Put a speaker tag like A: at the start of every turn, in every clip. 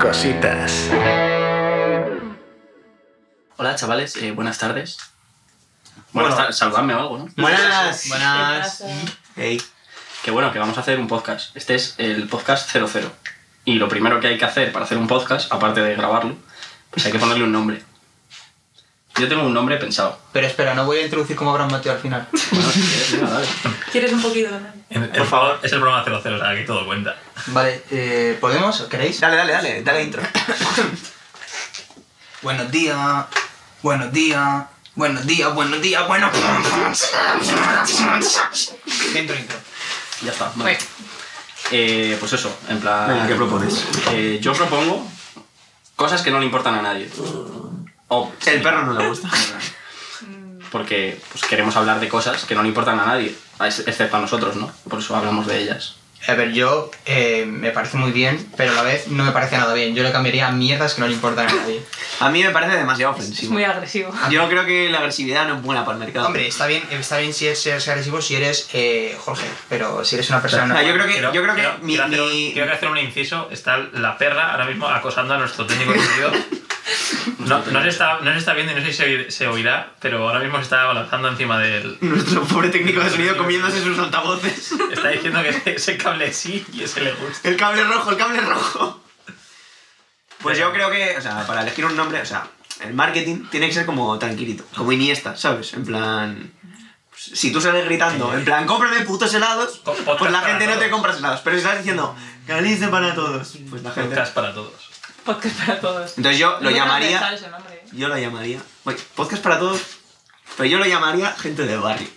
A: Cositas.
B: Hola chavales, eh, buenas tardes.
C: Bueno.
B: Buenas tardes, saludadme o algo, ¿no?
C: Buenas.
D: Buenas.
C: Ey.
B: Que bueno, que vamos a hacer un podcast. Este es el podcast 00. Y lo primero que hay que hacer para hacer un podcast, aparte de grabarlo, pues hay que ponerle un nombre. Yo tengo un nombre pensado.
C: Pero espera, no voy a introducir cómo habrán metido al final.
B: Bueno, si quieres, venga, dale.
D: ¿Quieres un poquito?
E: Por favor, es el programa 00, o sea, aquí todo cuenta.
C: Vale, eh, ¿podemos? ¿Queréis?
F: Dale, dale, dale, dale intro.
C: Buenos días, buenos días, buenos días, buenos días, buenos... intro, intro.
B: Ya está. vale.
D: Bueno,
B: Eh, pues eso, en plan...
F: Venga, ¿qué propones?
B: Eh, yo propongo cosas que no le importan a nadie. Oh,
F: El perro no le gusta.
B: porque pues, queremos hablar de cosas que no le importan a nadie, a ex- excepto a nosotros, ¿no? Por eso hablamos de ellas.
C: A ver, yo eh, me parece muy bien, pero a la vez no me parece nada bien. Yo le cambiaría a mierdas que no le importan a nadie.
F: A mí me parece demasiado
D: es
F: ofensivo.
D: muy agresivo.
F: Yo creo que la agresividad no es buena para el mercado.
C: Hombre, está bien, está bien si eres, eres agresivo si eres eh, Jorge, pero si eres una persona...
F: Ah, yo creo que- que
E: quiero,
F: mi-
E: quiero hacer un-
F: mi-
E: quiero hacer un inciso. Está la perra ahora mismo acosando a nuestro técnico de sonido. No, no se está, no se está viendo y no sé si se, oí- se oirá, pero ahora mismo se está lanzando encima del.
F: Nuestro pobre técnico de sonido comiéndose sus altavoces.
E: Está diciendo que ese- ese cable sí y ese le gusta.
F: El cable rojo, el cable rojo. Pues yo creo que, o sea, para elegir un nombre, o sea, el marketing tiene que ser como tranquilito, como Iniesta, ¿sabes? En plan. pues, Si tú sales gritando, en plan, cómprame putos helados,
E: Po- podcast
F: pues la
E: para
F: gente no te
E: todos.
F: compra helados. Pero si estás diciendo, calice para todos, pues la gente.
E: Podcast para todos.
D: Podcast para todos.
F: Entonces yo
D: No
F: lo llamaría.
D: sale su nombre, ¿eh?
F: Yo lo llamaría. Oye, podcast para todos. Pero yo lo llamaría gente de barrio.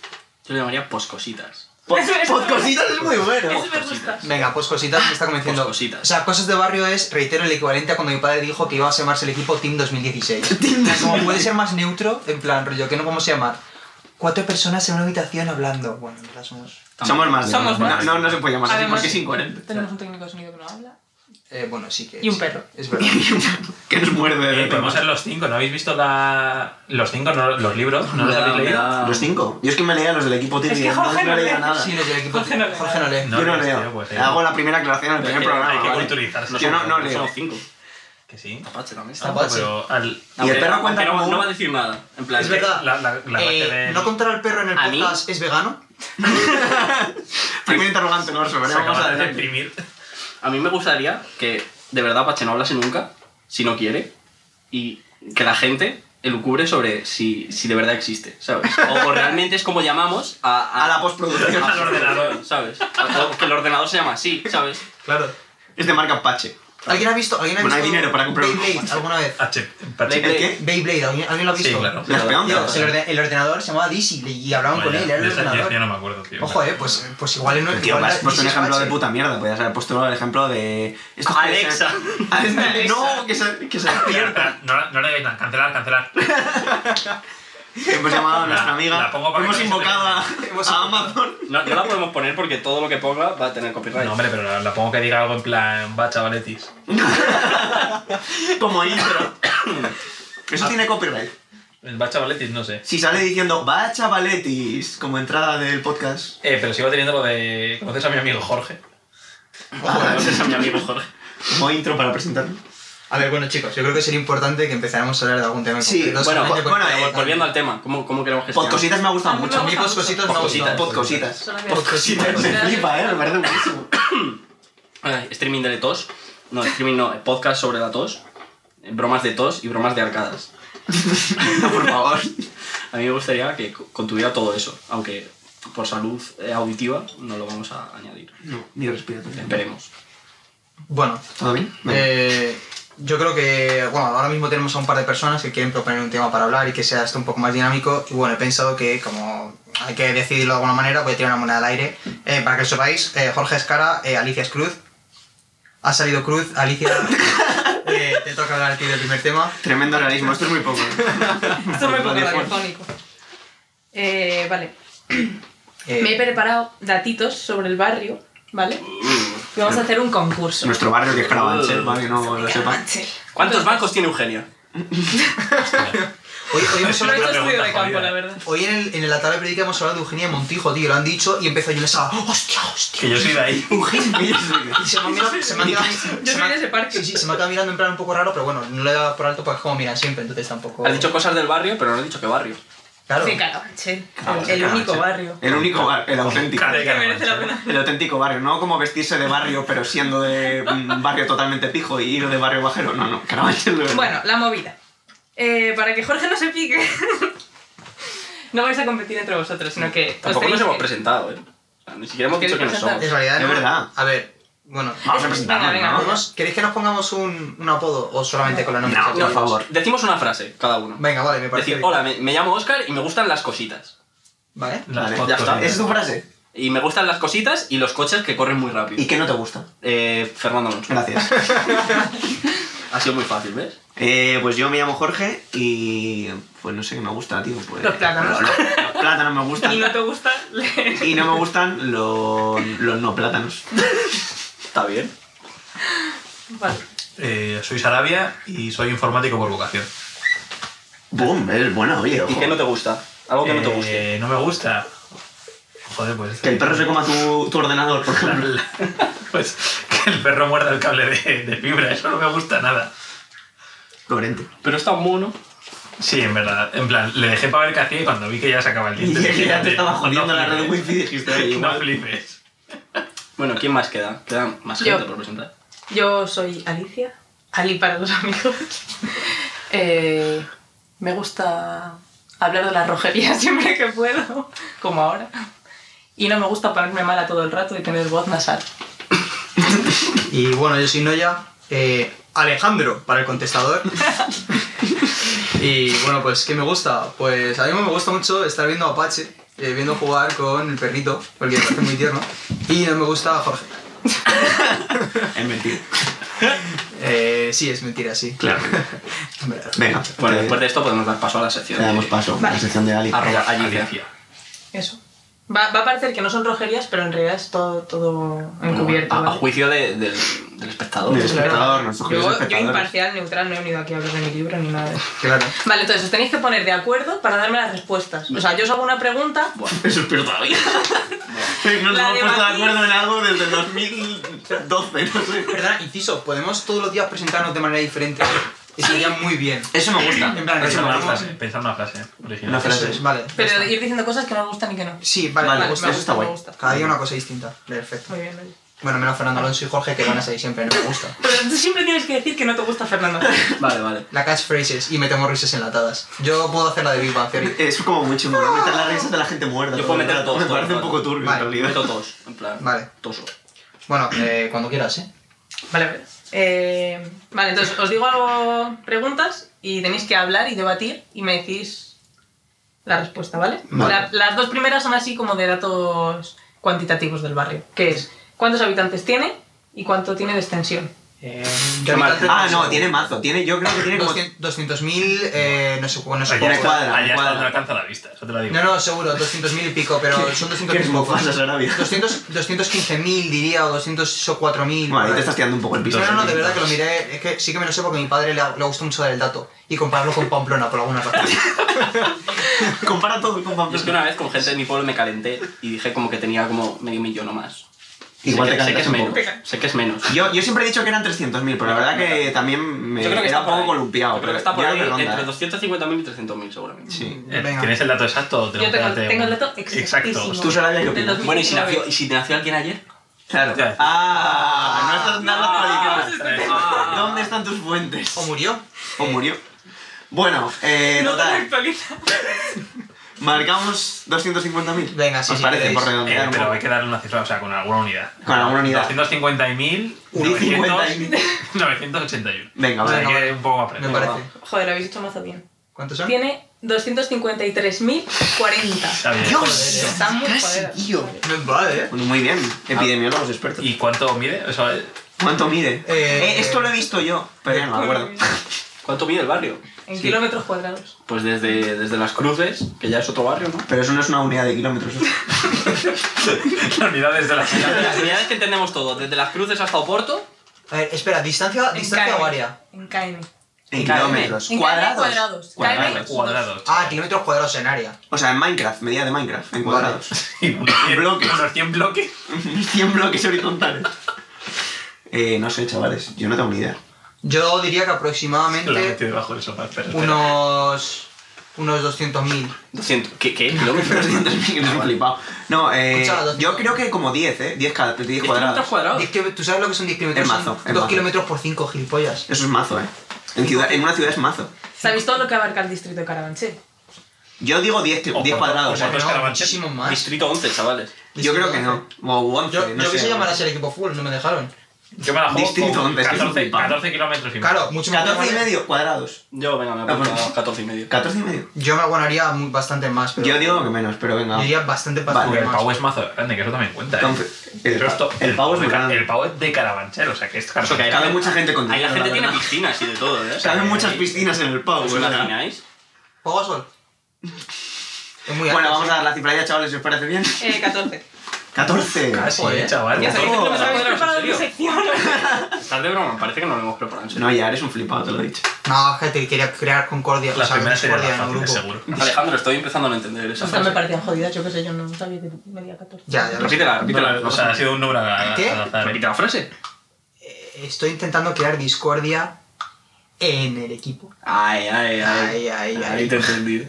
B: Yo lo llamaría poscositas.
F: Pod-
D: Eso es-
F: Podcositas es muy bueno.
D: Eso me gusta.
C: Venga, Oh, pues cositas me está convenciendo.
B: Pues cositas.
C: O sea, cosas de barrio es, reitero, el equivalente a cuando mi padre dijo que iba a llamarse el equipo Team 2016. O sea, como puede ser más neutro, en plan, rollo, ¿qué nos vamos a llamar? Cuatro personas en una habitación hablando. Bueno, en verdad somos...
F: Somos más. de-
D: Somos
F: no,
D: más.
F: no, no se puede llamar así
D: Además,
F: porque es incoherente.
D: Tenemos un técnico de sonido que no habla.
C: eh, bueno, sí que...
D: Y un
C: sí,
D: perro.
C: Es verdad.
F: Que nos muerde de
E: Eh,
F: repente.
E: podemos ser los cinco. ¿No habéis visto la... los cinco, no, los libros? ¿No los habéis leído?
F: Los cinco. Yo es que me leía los del equipo Tigre.
D: que Jorge
F: no
D: no
F: leía
D: lee.
F: nada.
C: Sí, los del equipo
D: Jorge no le
C: Jorge no lee.
E: No
F: yo no
E: lees,
F: leo.
E: tío, pues, eh.
F: Hago la primera aclaración en el primer
B: que-
F: programa.
E: Hay que
F: ¿vale?
E: culturizarse.
F: Yo no, no
B: somos
F: leo.
B: cinco.
E: Que sí.
B: Apache también.
C: Ah,
E: Tampoco, pero al-
F: Y el
B: Aunque-
F: perro cuenta
B: aunque no,
F: como-
B: no va a decir nada. En plan,
C: Es
B: que-
C: verdad.
E: La, la, la
C: Eh,
E: parte de-
C: ¿No contar al perro en el
B: ¿A mí?
C: podcast es vegano?
F: Primer interrogante, no, sobre
E: se
F: vamos
E: acaba
F: a
E: de
F: ver.
E: deprimir.
B: A mí me gustaría que de verdad Apache no hablase nunca, si no quiere, y que la gente elucubre sobre si, si de verdad existe, ¿sabes? O, o realmente es como llamamos a,
F: A la postproducción.
B: a-
E: Al ordenador.
B: ¿sabes? A- o que el ordenador se llama así, ¿sabes?
C: Claro.
F: Es de marca Apache.
C: ¿Alguien ha visto? ¿Alguien ha
F: Bueno, hay
C: visto
F: dinero para comprar un
C: Beyblade
F: juego.
C: alguna vez?
E: H,
F: ¿El
E: Pache-
B: Blade.
F: qué?
C: Beyblade, ¿alguien, ¿alguien lo ha
E: Ah, Sí,
C: visto?
E: claro.
F: Las
C: Dios, el,
F: peonzas.
C: orde- el ordenador se llamaba Dizzy y- y hablaban con
E: Vaya,
C: él, era el
E: yo esa- yo
C: ordenador.
E: esa ya no me acuerdo, tío.
C: Ojo, eh, pues, pues igual no
F: Tío,
C: igual
F: has
C: la-
F: puesto un
C: Dizzy
F: ejemplo de
C: Scratch.
F: puta mierda. Podrías haber puesto el ejemplo de. Estos que
B: Alexa.
F: se- Alexa. No, que se, que se
E: Espera,
F: despierta.
E: espera, No, la- no le digáis nada, cancelar, cancelar.
F: Hemos llamado a nuestra
E: La-
F: amiga.
E: la pongo para
F: hemos
E: que no se
F: invocado a,
C: Hemos
F: a
C: invocado.
F: Amazon.
B: No, no la podemos poner porque todo lo que ponga va a tener copyright.
E: No, hombre, pero la, la pongo que diga algo en plan, va, chavaletis.
F: Como intro. Eso tiene copyright.
E: Va, chavaletis, no sé.
F: Si sale diciendo, va chavaletis, como entrada del podcast.
E: Eh, pero sigo teniendo lo de. ¿Conoces a mi amigo Jorge?
B: Joder, ese es a mi amigo Jorge.
F: Como intro para presentarlo.
C: eh, A ver, bueno, chicos, yo creo que sería importante que empezáramos a hablar de algún tema. en
F: Sí,
C: concreto,
B: bueno,
C: solamente
F: bueno,
C: con-
F: eh,
C: con-
B: Volviendo al tema, ¿cómo, cómo queremos que
F: Podcositas me ha gustado
D: A mí me
F: mucho.
C: A mí los cositos no,
F: Podcositas.
C: no.
F: Podcositas.
D: Solamente-
F: Podcositas. Me flipa, eh, me parece buenísimo.
B: Eh, streaming de tos. No, streaming no, eh, podcast sobre la tos. eh, Bromas de tos y bromas de arcadas.
F: No, por favor.
B: A mí me gustaría que co- contuviera todo eso, aunque por salud eh, auditiva no lo vamos a añadir.
F: No, ni respiratoria.
B: Esperemos.
C: Bueno,
F: ¿Todo bien? Vale.
C: eh, yo creo que, bueno, ahora mismo tenemos a un par de personas que quieren proponer un tema para hablar y que sea esto un poco más dinámico. Y bueno, he pensado que, como hay que decidirlo de alguna manera, voy a tirar una moneda al aire. Eh, para que lo sepáis, eh, Jorge Escara, eh, Alicia es Cruz. Ha salido Cruz, Alicia. eh, te toca hablar a ti del primer tema.
F: Tremendo realismo, esto es muy poco. eh.
D: Esto es muy poco
F: Vale, pues.
D: radiofónico. Eh, vale.
C: Eh,
D: Me he preparado datitos sobre el barrio, ¿vale? Y vamos a hacer un concurso.
F: Nuestro barrio que es Carabanchel, para que no lo sepan.
D: Carabanchel.
B: ¿Cuántos bancos tiene Eugenia?
C: Hoy, hoy hemos
E: Es
D: No he hecho
E: una
C: hablado-
D: estudio de
E: pregunta
D: campo,
E: jodida.
D: la verdad.
C: hoy en, el, en la tabla periódica hemos hablado de Eugenia Montijo, tío, lo han dicho y empezó yo en esa. ¡Hostia, hostia!
E: Que yo soy de ahí.
C: Y se me ha mirado- se me ha mirado-
D: Yo
C: se
D: soy
C: me ha-
D: de ese parque.
C: Sí, sí, se me ha quedado mirando en plan un poco raro, pero bueno, no le he dado por alto, pues como miran siempre, entonces tampoco.
B: Has dicho cosas del barrio, pero no has dicho qué barrio.
C: Claro.
D: De Carabanchel.
F: Claro,
D: el
F: claro,
D: único
F: sí.
D: barrio.
F: El único barrio, el auténtico.
E: Cara de
D: Que merece la
E: Carabanchel.
D: pena.
F: El auténtico barrio, no como vestirse de barrio, pero siendo de un barrio totalmente pijo y ir de barrio bajero. No, no, Carabanchel de verdad.
D: Bueno, la movida. Eh, para que Jorge no se pique. no vais a competir entre vosotros, sino que. os
B: Tampoco nos
D: tenéis
B: hemos
D: que-
B: presentado, ¿eh? O sea, Ni siquiera hemos dicho
D: ¿Queréis
B: que nos
D: presentar?
B: somos.
C: Es realidad,
F: Es
C: ¿no?
F: verdad.
C: A ver, bueno.
F: Vamos a presentarnos,
D: Venga,
F: ¿no?
D: venga,
C: ¿Podemos- ¿Queréis que nos pongamos un, un apodo o solamente con los nombres?
F: No,
C: que tenemos?
F: por favor.
B: Decimos una frase, cada uno.
C: Venga, vale, me parece.
B: Decir,
C: bien.
B: hola, me, me llamo Oscar y me gustan las cositas.
C: Vale.
E: Las
F: Vale,
E: fotos,
B: ya está.
E: ¿eh?
F: ¿Esa es tu frase?
B: Y me gustan las cositas y los coches que corren muy rápido.
F: ¿Y qué no te gusta?
B: Eh, Fernando Alonso.
F: Gracias.
B: Ha sido muy fácil, ¿ves?
F: Eh, pues yo me llamo Jorge y pues no sé qué me gusta, tío. Pues,
D: Los plátanos.
F: Los, los plátanos me
D: Y
F: gustan.
D: no te gusta. le-
F: Y no me gustan los, los no plátanos.
B: Está bien.
D: vale.
E: Eh, soy Sarabia y soy informático por vocación.
F: Boom, es buena, oye.
B: ¿Y
F: ojo.
B: qué no te gusta? Algo que no te guste.
E: Eh, no me gusta. Joder, pues.
F: Que el perro se coma tu, tu ordenador, por ejemplo.
E: Pues que el perro muerda el cable de, de fibra, eso no me gusta nada.
F: Coherente.
B: Pero es tan mono.
E: Sí, en verdad. En plan, le dejé para ver qué hacía y cuando vi que ya sacaba el
F: Y
E: diente.
F: es que ya
E: dije,
F: te estaba
E: "No
F: jodiendo la
E: flipes".
F: red wifi y dijiste, "Oye,
E: No
F: igual".
E: flipes.
B: Bueno, ¿quién más queda? Queda más
D: Yo.
B: gente por presentar.
D: Yo soy Alicia. Ali para los amigos. Eh, me gusta hablar de la rojería siempre que puedo, como ahora. Y no me gusta ponerme mala todo el rato y tener voz nasal.
C: Y bueno, yo soy Noya. eh, Alejandro para el contestador. y bueno, pues, ¿qué me gusta? Pues a mí me gusta mucho estar viendo a Apache, eh, viendo jugar con el perrito, porque me parece muy tierno. Y no me gusta Jorge.
F: Es mentira.
C: Eh, sí, es mentira, sí.
F: Claro.
C: Hombre,
F: Venga,
B: Bueno,
F: te-
B: después de esto podemos dar paso a la sección.
F: le damos paso a la sección de Ali.
B: Arroba Alicia.
E: Alicia.
D: Eso. Va, va a parecer que no son rojerías, pero en realidad es todo, todo encubierto.
B: A, a
D: ¿vale?
B: juicio de- del, del espectador.
F: Del espectador, nuestros queridos
D: Yo, yo
F: espectadores.
D: imparcial, neutral, no he venido aquí a hablar de mi libro ni nada de eso.
C: Claro.
D: Vale, entonces os tenéis que poner de acuerdo para darme las respuestas. O sea, yo os hago una pregunta.
F: Eso es todavía. Nos
D: La
F: hemos
D: de
F: puesto de
D: Matiz.
F: acuerdo en algo desde el 2012, no sé.
C: Perdona, inciso, podemos todos los días presentarnos de manera diferente. Estaría muy bien.
F: Eso me gusta.
C: En plan,
E: Pensar
C: eso
E: una
C: me
E: frase,
C: gusta.
E: pensar una frase eh, original.
F: Una frase.
C: Eso es, vale. ya
D: Pero
C: está.
D: ir diciendo cosas que no me gustan y que no.
C: Sí, vale, pues
F: Vale,
C: me
D: me
C: gusta.
F: eso está
D: me
F: guay.
D: gusta.
C: Cada día una cosa distinta. Perfecto.
D: Muy bien, oye.
C: Bueno, menos Fernando Alonso y Jorge que ganas ahí siempre, no me gusta.
D: Pero tú siempre tienes que decir que no te gusta Fernando.
B: Vale, vale.
C: La catchphrases y metemos risas enlatadas. Yo puedo hacer la de Big Bang Theory.
F: Es como muy chungo, no meter las risas de la gente muerta.
B: Yo puedo meter
F: Me
B: todo,
F: Me
B: todo,
F: parece un
B: todo.
F: poco turbio,
C: Vale,
F: en
B: Yo
F: realidad.
B: meto tos, en plan.
C: Vale.
B: Toso.
C: Bueno, eh, cuando quieras, ¿eh?
D: Vale, vale. Eh, vale, entonces os digo algo, preguntas y tenéis que hablar y debatir y me decís la respuesta, ¿vale?
F: Vale.
D: La- las dos primeras son así como de datos cuantitativos del barrio, que es cuántos habitantes tiene y cuánto tiene de extensión.
C: eh
B: Qué mal.
F: Ah, no, tiene mazo. Tiene, yo creo que tiene como...
C: 200.000, eh, no sé, no sé
E: Allá
F: Una
C: cuánto.
E: está-
F: cuadra,
E: allá
F: una
E: está
F: cuadra.
E: donde alcanza la vista, eso te lo digo.
C: No, no, seguro, 200.000 y pico, pero son 200
F: ¿Qué
C: y
F: es
C: poco.
F: Mufasa, Sarabia?
C: 200 215.000 diría, o 204.000.
F: Bueno,
C: por
F: ahí te
C: ahí.
F: estás tirando un poco el piso.
C: No, no, no, de verdad que lo miré, es que sí que me lo sé porque a mi padre le, ha- le gusta mucho dar el dato y compararlo con Pamplona por alguna razón.
F: Compara todo con
B: Yo
F: Pamplona.
B: es que una vez con gente de mi pueblo me calenté y dije como que tenía como medio millón o más.
F: Igual
B: sé
F: te
B: que, sé que
F: calentas
B: es
F: un
B: menos.
F: poco.
B: Sé que es menos.
F: Yo, yo siempre he dicho que eran 300.000, pero la verdad que también me
B: yo creo que
F: era
B: está
F: un
B: por
F: poco
B: ahí.
F: columpiado.
B: Yo creo
F: pero
B: que está por
F: yo
B: ahí
F: creo que ronda,
B: entre
F: ¿eh?
B: 250.000 y 300.000 seguramente.
F: Sí.
E: Eh,
C: Venga.
E: ¿Tienes el dato exacto?
D: Yo
E: o tenemos que
D: tengo,
E: darte
D: tengo el
E: un-
D: dato exactísimo.
E: Exacto.
F: Tú, Sarabia, ¿qué
D: Del
F: opinas?
B: Bueno, ¿y si,
D: 2019.
B: nació, ¿y si te nació alguien ayer?
F: Claro.
E: Ya.
F: Ah, no estás nada
D: No,
F: actualizado.
E: Eh,
F: ¿Dónde están tus fuentes?
C: ¿O murió?
F: O murió. Bueno, eh,
D: No te lo
F: total.
D: actualiza.
F: Marcamos 250.000.
C: Venga, sí,
F: ¿Os
C: sí,
F: parece?
C: queréis.
F: Por
E: Eh,
F: redondear un
E: pero
F: poco.
E: hay que darle una cifra, o sea, con alguna unidad.
F: Con alguna unidad.
E: 250.000, 900, 981.
F: Venga,
E: O sea,
F: vale.
C: Venga,
E: que
C: vale.
E: un poco más
C: Me
E: preciso.
C: parece.
D: Joder, lo habéis hecho mazo bien.
C: ¿Cuántos son?
D: Tiene 253.040.
E: Está bien.
F: ¡Dios!
D: Está muy jodida.
F: tío!
C: Vale, eh.
F: Bueno, muy bien. Epidemiólogos expertos.
E: ¿Y cuánto mide? O sea,
F: ¿Cuánto mide?
C: Eh,
F: Eh, esto lo he visto yo, pero ya no me acuerdo.
B: ¿Cuánto mide el barrio?
D: En kilómetros cuadrados.
B: Pues desde, desde Las Cruces, que ya es otro barrio, ¿no?
F: Pero eso no es una unidad de kilómetros.
E: la unidad desde la
B: Las unidades que entendemos todo, desde Las Cruces hasta Oporto,
C: A ver, espera, ¿distancia,
D: En
C: distancia o
D: Caen,
C: área?
D: En Caen.
F: En
B: Claro,
F: kilómetros.
B: en-
A: En
F: cuadrados.
A: cuadrados.
E: Cuadrados.
A: Cuadrados.
E: Cuadrados.
C: Ah, kilómetros cuadrados en área.
F: O sea, en Minecraft, medida de Minecraft,
C: Vale.
F: en cuadrados.
E: Y
F: Bloques.
E: Unos 100 bloques.
F: 100 bloques horizontales. Eh, no sé, chavales, yo no tengo ni idea.
C: Yo diría que
E: Lo he
C: aproximadamente
E: metido debajo del sofá, espera. espera.
C: unos. unos 200.000.
B: 200. ¿Qué? ¿Qué? ¿Kilómetros?
F: 300 millones, he flipado. No, eh,
C: Escucha, los-
F: yo creo que como 10, ¿eh? 10, cada- 10
B: ¿Kilómetros
F: cuadrados.
E: Ah.
B: cuadrados?
C: 10 kiló- ¿Tú sabes lo que son 10 kilómetros?
F: Es mazo, es
C: Son 2
F: mazo.
C: kilómetros por 5, gilipollas.
F: Eso es mazo, ¿eh? En, ciudad, en una ciudad es mazo.
A: ¿Sabéis todo lo que abarca el distrito de Carabanchel?
F: Yo digo 10,
E: O
F: 10
E: por-
F: cuadrados.
E: o por-
F: ¿eh?
E: Pues
C: No,
E: Carabanchel.
C: muchísimo más.
B: Distrito 11, chavales.
F: Yo creo que no. O 11,
C: Yo,
F: no
C: yo
F: sé.
C: quise llamar así al equipo full, no me dejaron.
E: Yo me la juego
F: Distrito
E: con
F: donde estoy
E: 14,
F: flipando.
E: 14 kilómetros y más.
C: Claro, mucho más.
F: 14 y medio cuadrados.
B: Yo, venga, me
F: Ah, pues-
B: apunto a 14 y medio.
F: 14 y medio.
C: Yo me aguanaría mu- bastante más, pero.
F: Yo digo que menos, pero venga.
C: yo diría bastante,
F: Vale,
E: Porque
C: bastante
E: el
C: más.
E: pavo es mazo grande, que eso también cuenta. ¿eh?
F: Entonces, el
E: Pero
F: pa-
E: esto-
F: el pavo es
E: de
F: muy
E: Ca-
F: grande.
E: El pavo es de Carabanchel, o sea que es
B: Eso que hay-
E: Carabanchel.
F: Cabe mucha gente
B: Ahí
F: con
B: la
F: dinero,
B: gente
F: la
B: tiene
F: verdad.
B: piscinas y de todo, ¿eh? O sea,
F: Caben
B: que-
F: muchas piscinas Pues en el pau,
B: ¿Os
F: ¿verdad?
B: imagináis?
C: ¿Pavo sol? Es muy ¿eh?
F: Bueno,
C: alto,
F: vamos
C: sí.
F: a dar la cifra ya, chavales, si os parece bien.
A: Eh, 14.
F: 14.
E: Casi,
C: Joder.
E: eh, chaval.
B: Ya
E: Ojo.
B: sabéis que no me
A: ¿Habéis
B: sabéis hablar,
A: preparado
B: en
A: mi
B: serio.
A: sección?
B: Estás de broma, parece que no lo hemos preparado en serio.
F: No, ya eres un flipado, te lo he dicho.
C: No, gente, quería crear concordia.
E: La
C: o sea,
E: primera sería
C: discordia
E: la
C: en el
E: fácil,
C: grupo.
E: seguro.
B: Alejandro, estoy empezando a no entender esa
A: Estas me
B: frase.
A: parecían jodidas, yo qué sé, yo no sabía que medía 14.
C: Ya, ya lo sé.
B: Repítela, repítela.
E: O sea, ha sido un número a-
C: ¿Qué?
E: al azar. eh.
B: Repite la frase.
C: Eh, Estoy intentando crear discordia en el equipo.
B: Ay, ay,
C: Ay, ay, ay.
B: te he entendido.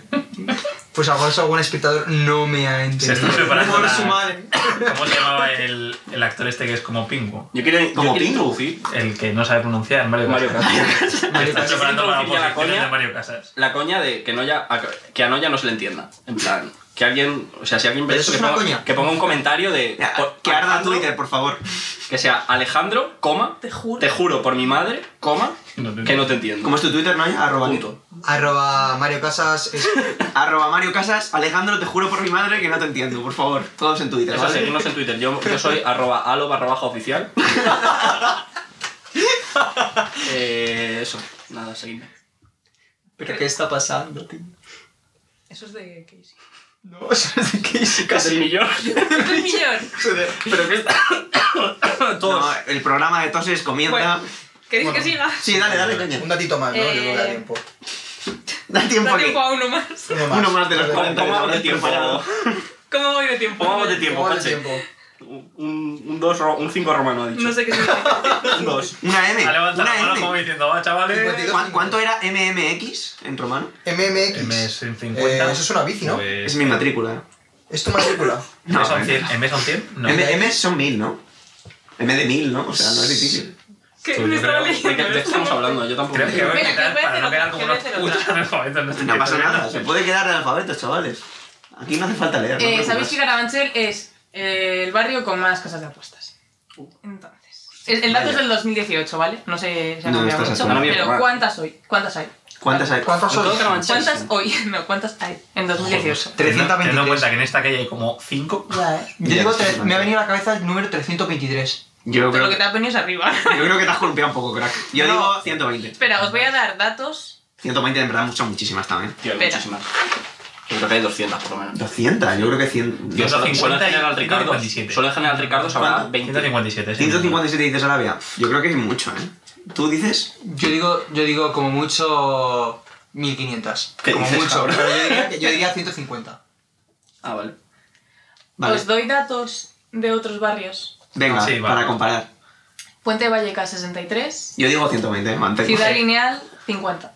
C: Pues a lo mejor algún espectador no me ha
E: Se
C: entendido.
E: está preparando
C: Por
E: la-
C: su madre.
E: ¿Cómo se llamaba el, el actor este que es como Pingu?
B: Yo quiero,
F: Como
B: yo quiero
F: Pingu.
B: introducir
E: El que no sabe pronunciar, Mario Casas.
B: Mario Casas.
C: Mario
E: Está
C: Casas.
E: preparando para
B: Introducir ya la
E: oposiciones
B: coña.
E: de Mario Casas.
B: La coña de que, Noya, a- que a Noya no se le entienda. En plan, que alguien, o sea, si alguien ve
C: Pero
B: esto,
C: eso
B: que
C: es una
B: ponga,
C: coña.
B: que ponga un comentario de...
F: Ya,
B: por-
F: que arda
B: Alejandro,
F: Twitter, por favor.
B: Que sea Alejandro, coma,
A: Te juro.
B: te juro por mi madre, coma,
E: No te
B: que no te entiendo.
F: ¿Cómo es tu Twitter, no? Arroba,
B: Punto.
C: Arroba Mario Casas. es-
F: arroba Mario Casas. Alejandro, te juro por mi madre que no te entiendo, por favor. Todos en Twitter,
B: Eso,
F: ¿vale?
B: seguidnos en Twitter. Yo, yo soy arroba alo barra baja oficial. Eh, eso, nada, seguidme.
C: ¿Pero qué está pasando, tío?
A: Eso es de Casey.
C: No, ¿qué hice?
B: Casi millón.
A: ¡Es el millón!
B: Pero que está... Todos.
F: No, eh, el programa de toses comienza.
A: Bueno. ¿Queréis que siga?
F: Sí, dale, dale, coño.
C: Un datito más, ¿no? Yo creo que da
F: Eh,
C: tiempo.
F: Da tiempo
A: Da
F: a que.
A: tiempo a uno más.
C: Uno
F: Uno más de los
C: Vale,
F: 40
B: ¿Cómo vamos
F: que
B: de
F: habrá
B: tiempo?
F: preparado.
A: ¿Cómo voy de tiempo?
B: ¿Cómo vamos de
C: ¿Cómo
B: tiempo,
C: va el
B: Pache?
C: tiempo?
B: Un, un dos, ro- un 5 romano ha dicho.
A: No sé qué significa.
B: Un 2.
F: Una M.
E: Ha levantado la
F: Una
E: mano como
F: M.
E: diciendo, va, chavales.
C: 52.
F: ¿Cuán- ¿Cuánto era MMX en romano?
C: MMX.
E: M50.
C: Eh, eso es una bici, ¿no?
F: Es
E: Pues,
F: mi matrícula.
C: Es tu matrícula.
E: M son
F: M-
E: 100. ¿M son 100? No.
F: M, son mil, ¿no? M de mil, ¿no? O sea, no es difícil.
A: ¿Qué
E: Pues yo
A: me estaba
E: creo-
B: ¿De qué,
A: leyendo?
B: de qué estamos hablando? Yo tampoco.
E: Creo que voy a
A: Venga,
E: quitar
A: que voy a
E: para
A: hacer
E: no quedar
A: otra,
E: como
A: que voy a
E: unos
A: hacer
E: putos
A: otra.
E: analfabetos. No, estoy
F: No pasa
E: entendiendo
F: nada, se puede quedar analfabetos, chavales. Aquí no hace falta leer. no
A: Eh,
F: preocupes.
A: Sabéis que Carabanchel es eh, el barrio con más casas de apuestas. Entonces. El, el dato
F: Vaya.
A: es del 2018, ¿vale? No sé si ha
F: No,
A: cambiado
F: estás
A: mucho,
F: asombrado.
B: No había-
A: pero ¿cuántas hoy? ¿Cuántas hay?
F: ¿Cuántas hay?
C: ¿Cuántas
B: Todo
C: son?
B: Carabanchel.
A: ¿Cuántas hoy? No, ¿cuántas hay en 2018?
C: 323.
E: Teniendo en cuenta que en esta calle hay como 5.
A: Ya, ¿eh?
C: Yo digo, tres-
F: Ya,
C: me ha venido a la cabeza el número 323.
A: Pero
F: Yo creo
A: Pues lo que te ha venido es arriba.
F: Yo creo que te has golpeado un poco, crack. Yo
C: No.
F: digo 120.
A: Espera, os voy a dar datos.
F: 120 en verdad son muchísimas también.
B: Tío, hay
A: Espera.
B: muchísimas. Yo creo que hay 200 por lo menos.
F: 200, yo creo que 100.
E: Yo
B: Solo, solo en
E: 150 y
B: general Ricardo.
E: 157.
B: Solo en general Ricardo habrá
F: ¿Cuánto?
B: 20.
E: 157. sí.
F: 157 dices Arabia. Yo creo que es mucho, ¿eh? ¿Tú dices?
C: Yo digo, yo digo como mucho 1500.
B: ¿Qué
C: como
B: dices,
C: mucho.
B: cabrón?
C: Pero yo diría, que- yo diría 150.
B: Ah, vale.
F: Vale.
A: Os doy datos de otros barrios.
F: Venga,
E: Sí, va.
F: para comparar.
A: Puente Valleca 63,
F: Yo digo 120, mantengo.
A: Ciudad Lineal 50.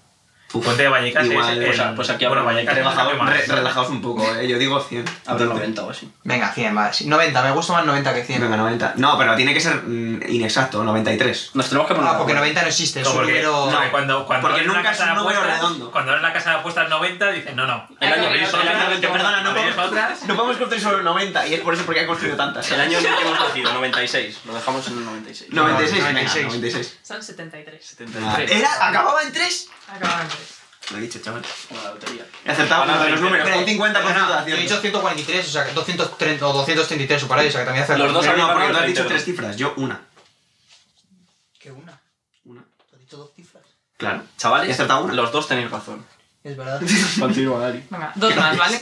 F: Uf.
E: Puente de Vallecas
F: Igual,
E: es
F: o sea,
E: el-
B: pues aquí
E: bueno,
B: habrá-
E: Vallecas es el
F: Relajado-
E: barrio más.
F: re- relajaos un poco, ¿eh? Yo digo 100.
B: Habrá
F: Entonces,
B: 90 o así.
C: Venga, 100 más. 90, me gusta más 90 que 100.
F: Venga, 90. No, pero tiene que ser mm, inexacto, 93.
B: Nos tenemos que poner.
C: Ah, porque
B: de acuerdo.
C: 90 no existe, es
E: No,
C: un
E: porque,
C: número...
E: porque cuando, cuando
F: Porque
E: abren la
F: nunca es
E: casa
F: un
E: de
F: número
E: apuestas-
F: redondo.
E: Cuando abren la casa de apuestas 90, dicen, no, no.
B: El año,
A: Ay,
B: el
A: no,
B: año en el que- perdona, no
E: ¿Tienes
B: podemos-
E: otras?
F: No podemos construir sobre 90 y es por eso porque he construido tantas.
B: el año en el que hemos nacido, 96. Lo dejamos en el 96.
F: 96, venga,
C: 96.
F: 96.
A: Son 73.
B: 73.
F: ¿Era? ¿Acababa en 3?
A: Acaban tres.
F: Lo he dicho, chaval.
B: Como la lotería.
F: He acertado
B: Ahora
F: uno de los
B: 20,
F: números.
C: Pero-
F: Con un 50%
C: perdona,
F: de
C: Yo he dicho
F: acierto.
C: 143, o sea, que 230 o 233 o por ahí, o sea, que también hace...
B: Los dos
F: Pero no,
B: habían
F: porque
B: ganado
F: tú has
B: el
F: dicho
B: 32.
F: tres cifras, yo una.
C: ¿Qué una? ¿Tú has dicho dos cifras?
F: Claro. He
B: Chavales,
F: acertado una.
B: los dos tenéis razón.
C: Es verdad.
B: Continúa, Dari.
A: Venga, dos más, ¿vale?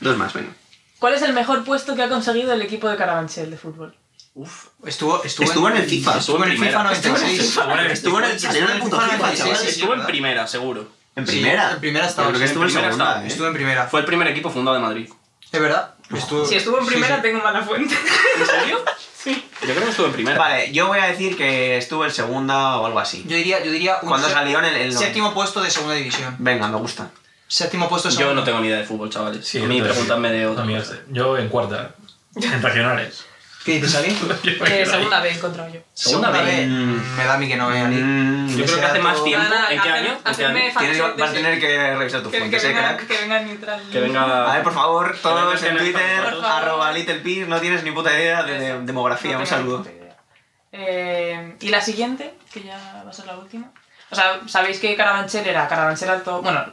F: Dos más, venga.
A: ¿Cuál es el mejor puesto que ha conseguido el equipo de Carabanchel de fútbol?
B: Uf,
C: Estuvo, estuvo,
F: Estuvo en el FIFA.
C: Estuvo en el FIFA
B: Estuvo en el
C: 96.
B: FIFA.
F: Estuvo en el, salió en el puto FIFA,
C: Sí,
F: chaval.
C: sí, sí,
B: estuvo en
C: ¿verdad?
B: primera, seguro.
F: En
C: Sí,
F: primera.
C: en primera estaba,
F: Yo Creo que
C: sí,
F: estuvo en
B: en primera
F: segunda,
B: estaba,
F: ¿eh?
C: Estuvo en primera.
B: Fue el primer equipo fundado de Madrid.
C: Es verdad. Estuvo,
D: Si estuvo en
C: sí,
D: primera,
C: sí.
D: tengo mala fuente.
B: ¿En serio? Sí. Yo creo que estuvo en primera.
F: Vale, yo voy a decir que estuvo en segunda o algo así.
C: Yo diría, yo diría un
F: Cuando
C: sé-
F: salió en el... el-
C: séptimo puesto de segunda división.
F: Venga, me gusta.
C: Séptimo puesto de
B: Yo
C: segunda
B: no tengo ni idea de fútbol, chavales.
E: Sí,
B: a mí
E: entonces,
B: pregúntame de
E: a
B: otra.
E: mí
B: cosa.
E: este. Yo en cuarta. En regionales.
C: ¿Qué dices, Ali?
D: Eh, segunda B he encontrado yo.
B: Segunda vez.
F: Mm.
C: Me da a mí que no vea Ali.
F: Mm,
B: Yo creo que hace más tiempo.
D: Nada,
B: ¿En qué
D: hacer-
B: año? ¿En qué
D: hacerme
B: año?
D: fan
F: Tienes-
D: service.
F: vas a tener que revisar tus
D: Que,
F: fuentes,
D: que
F: ¿eh,
D: venga,
F: crack?
D: que venga neutral.
B: Que venga.
F: A ver, por favor, todos
B: Que
F: en
B: venga
F: Twitter,
B: Fernando.
F: arroba LittlePeer, no tienes ni puta idea de, de demografía,
D: No
F: un
D: tengo ni
F: saludo.
D: puta idea. Eh, y la siguiente, que ya va a ser la última. O sea, sabéis que Carabanchel era Carabanchel alto, bueno,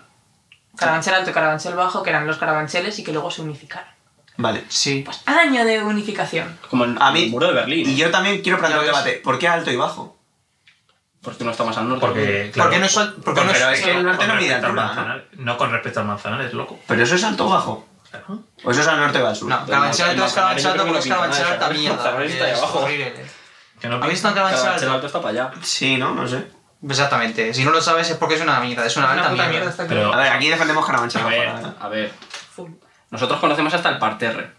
D: Carabanchel alto y Carabanchel bajo, que eran los Carabancheles y que luego se unificaron.
F: Vale.
C: Sí.
D: Pues año de unificación.
B: Como el,
F: A mí-
B: el muro de Berlín.
F: Y yo también quiero plantear un
C: Dios.
F: debate. ¿Por qué alto y bajo?
B: Porque no está más al norte.
E: Porque, claro,
C: ¿Por qué no es al- por qué no
F: Pero
C: es-
F: es que el norte
E: con
F: no mide
E: respecto al
F: altura. ¿no?
E: Manzanares- no con respecto al Manzanares, loco.
F: Pero eso es alto o bajo.
E: Claro.
F: O eso es al norte o al sur.
C: No, Carabanchel
B: Pero
C: alto es
B: Manzanares,
C: Carabanchel
B: yo
C: alto
B: creo que
C: porque es
B: no
C: Carabanchel
B: pinta
C: alta
B: nada,
C: mierda.
B: Carabanchel está ahí
C: que es
B: abajo.
C: horrible.
E: Que no
C: ¿Habéis visto en Carabanchel
B: Carabanchel
C: alto?
B: alto está para allá.
F: Sí, ¿no? No sé.
C: Exactamente. Si no lo sabes es porque es una mierda. Es una
A: Una
C: alta
A: puta mierda
C: mierda.
A: está aquí.
E: Pero-
F: A ver, aquí defendemos Carabanchel.
B: A
F: bajo,
B: ver,
F: la verdad.
B: a ver.
D: Full.
B: Nosotros conocemos hasta el parterre,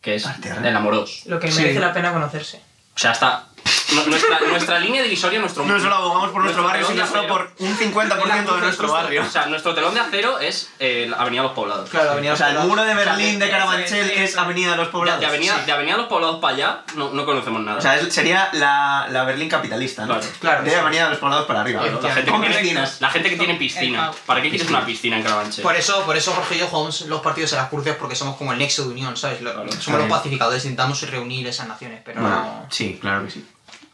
B: que es
F: Parterre.
B: el amoroso.
D: Lo que
C: Sí.
D: merece la pena conocerse.
B: O sea, hasta nu- nuestra, nuestra línea divisoria, nuestro
F: No solo abogamos por nuestro barrio,
B: telón de
F: sino solo
B: acero.
F: por un 50% de nuestro barrio.
B: O sea, nuestro telón de acero es eh, la Avenida Los Poblados.
C: Claro, avenida
F: O sea,
C: Alcalá.
F: el muro de Berlín de
C: Sí,
F: Carabanchel
C: sí, sí.
F: es Avenida de los
B: De,
F: Poblados.
B: de avenida, de Avenida Los Poblados para allá no, no conocemos nada.
F: O sea, es- sería la, la Berlín capitalista, ¿no?
B: Claro.
C: Claro,
F: De
C: sí.
F: Avenida de los Poblados para arriba.
B: Claro, la, gente
C: efectivamente.
F: Con
B: que tiene,
F: piscinas.
B: la gente que tiene piscina. ¿Para qué quieres una piscina en Carabanchel?
C: Por eso, por eso Jorge y yo jugamos los partidos a las curcias porque somos como el nexo de unión, ¿sabes? Lo-
B: Claro.
C: somos los
F: Claro.
C: pacificadores, intentamos reunir esas naciones, pero
F: Bueno,
C: no...
F: sí, claro que sí.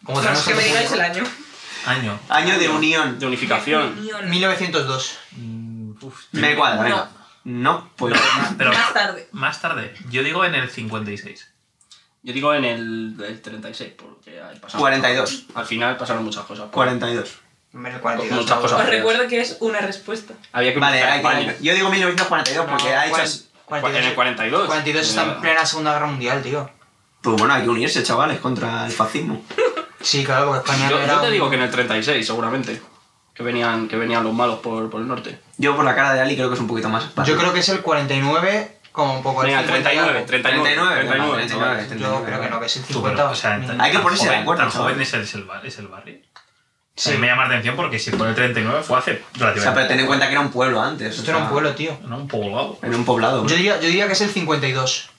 C: Como
D: Pero
C: tenemos
D: es que me
C: tanto
D: digáis el
C: público.
D: año.
E: Año.
F: Año de unión.
B: De unificación.
C: 1902.
E: Mm, uf.
F: Me cuadra, venga. No, pues.
E: Pero
D: Más tarde.
E: más tarde. Yo digo en el 56.
B: Yo digo en el, el 36, porque ahí pasaron-
F: 42.
B: Al final pasaron muchas cosas. pues.
F: 42.
C: Menos 42.
B: Muchas cosas.
D: Os recuerdo que es una respuesta.
B: Había que
F: Vale,
B: buscar
F: hay
B: España.
F: que- yo digo 1942 porque
C: Ah,
F: ha hecho.
B: Cua- En el
C: 42.
B: 42.
C: 42 está en plena Segunda Guerra Mundial, tío.
F: Pues bueno, hay que unirse, chavales, contra el fascismo.
C: Sí, claro, porque España
B: Yo,
C: era...
B: yo te
C: un-
B: digo que en el 36, seguramente. Que venían, que venían los malos por, por el norte.
F: Yo por la cara de Ali creo que es un poquito más.
C: Yo creo que es el 49 como un poco el
B: Venga,
C: 50 Pues y algo.
B: 39, 39,
F: 39,
B: 39,
F: venga,
B: chavales.
F: 39.
C: Yo creo que no, que es el Mm.
E: Tú, pero,
C: 50.
E: o sea, en tan-
F: Hay que
E: tan
F: ponerse de
E: joven-
F: acuerdo,
E: Tan
F: chaval.
E: joven es el, es el bar- es el barrio.
C: Sí.
E: Sí. me llama la atención porque si fue el 39 fue hace
F: O sea, pero
E: relativamente.
F: ten en cuenta que era un pueblo antes. o
C: Esto era un
F: sea,
C: pueblo, tío.
E: No, un poblado.
F: Era un poblado.
C: Yo diría, yo diría que es el 52.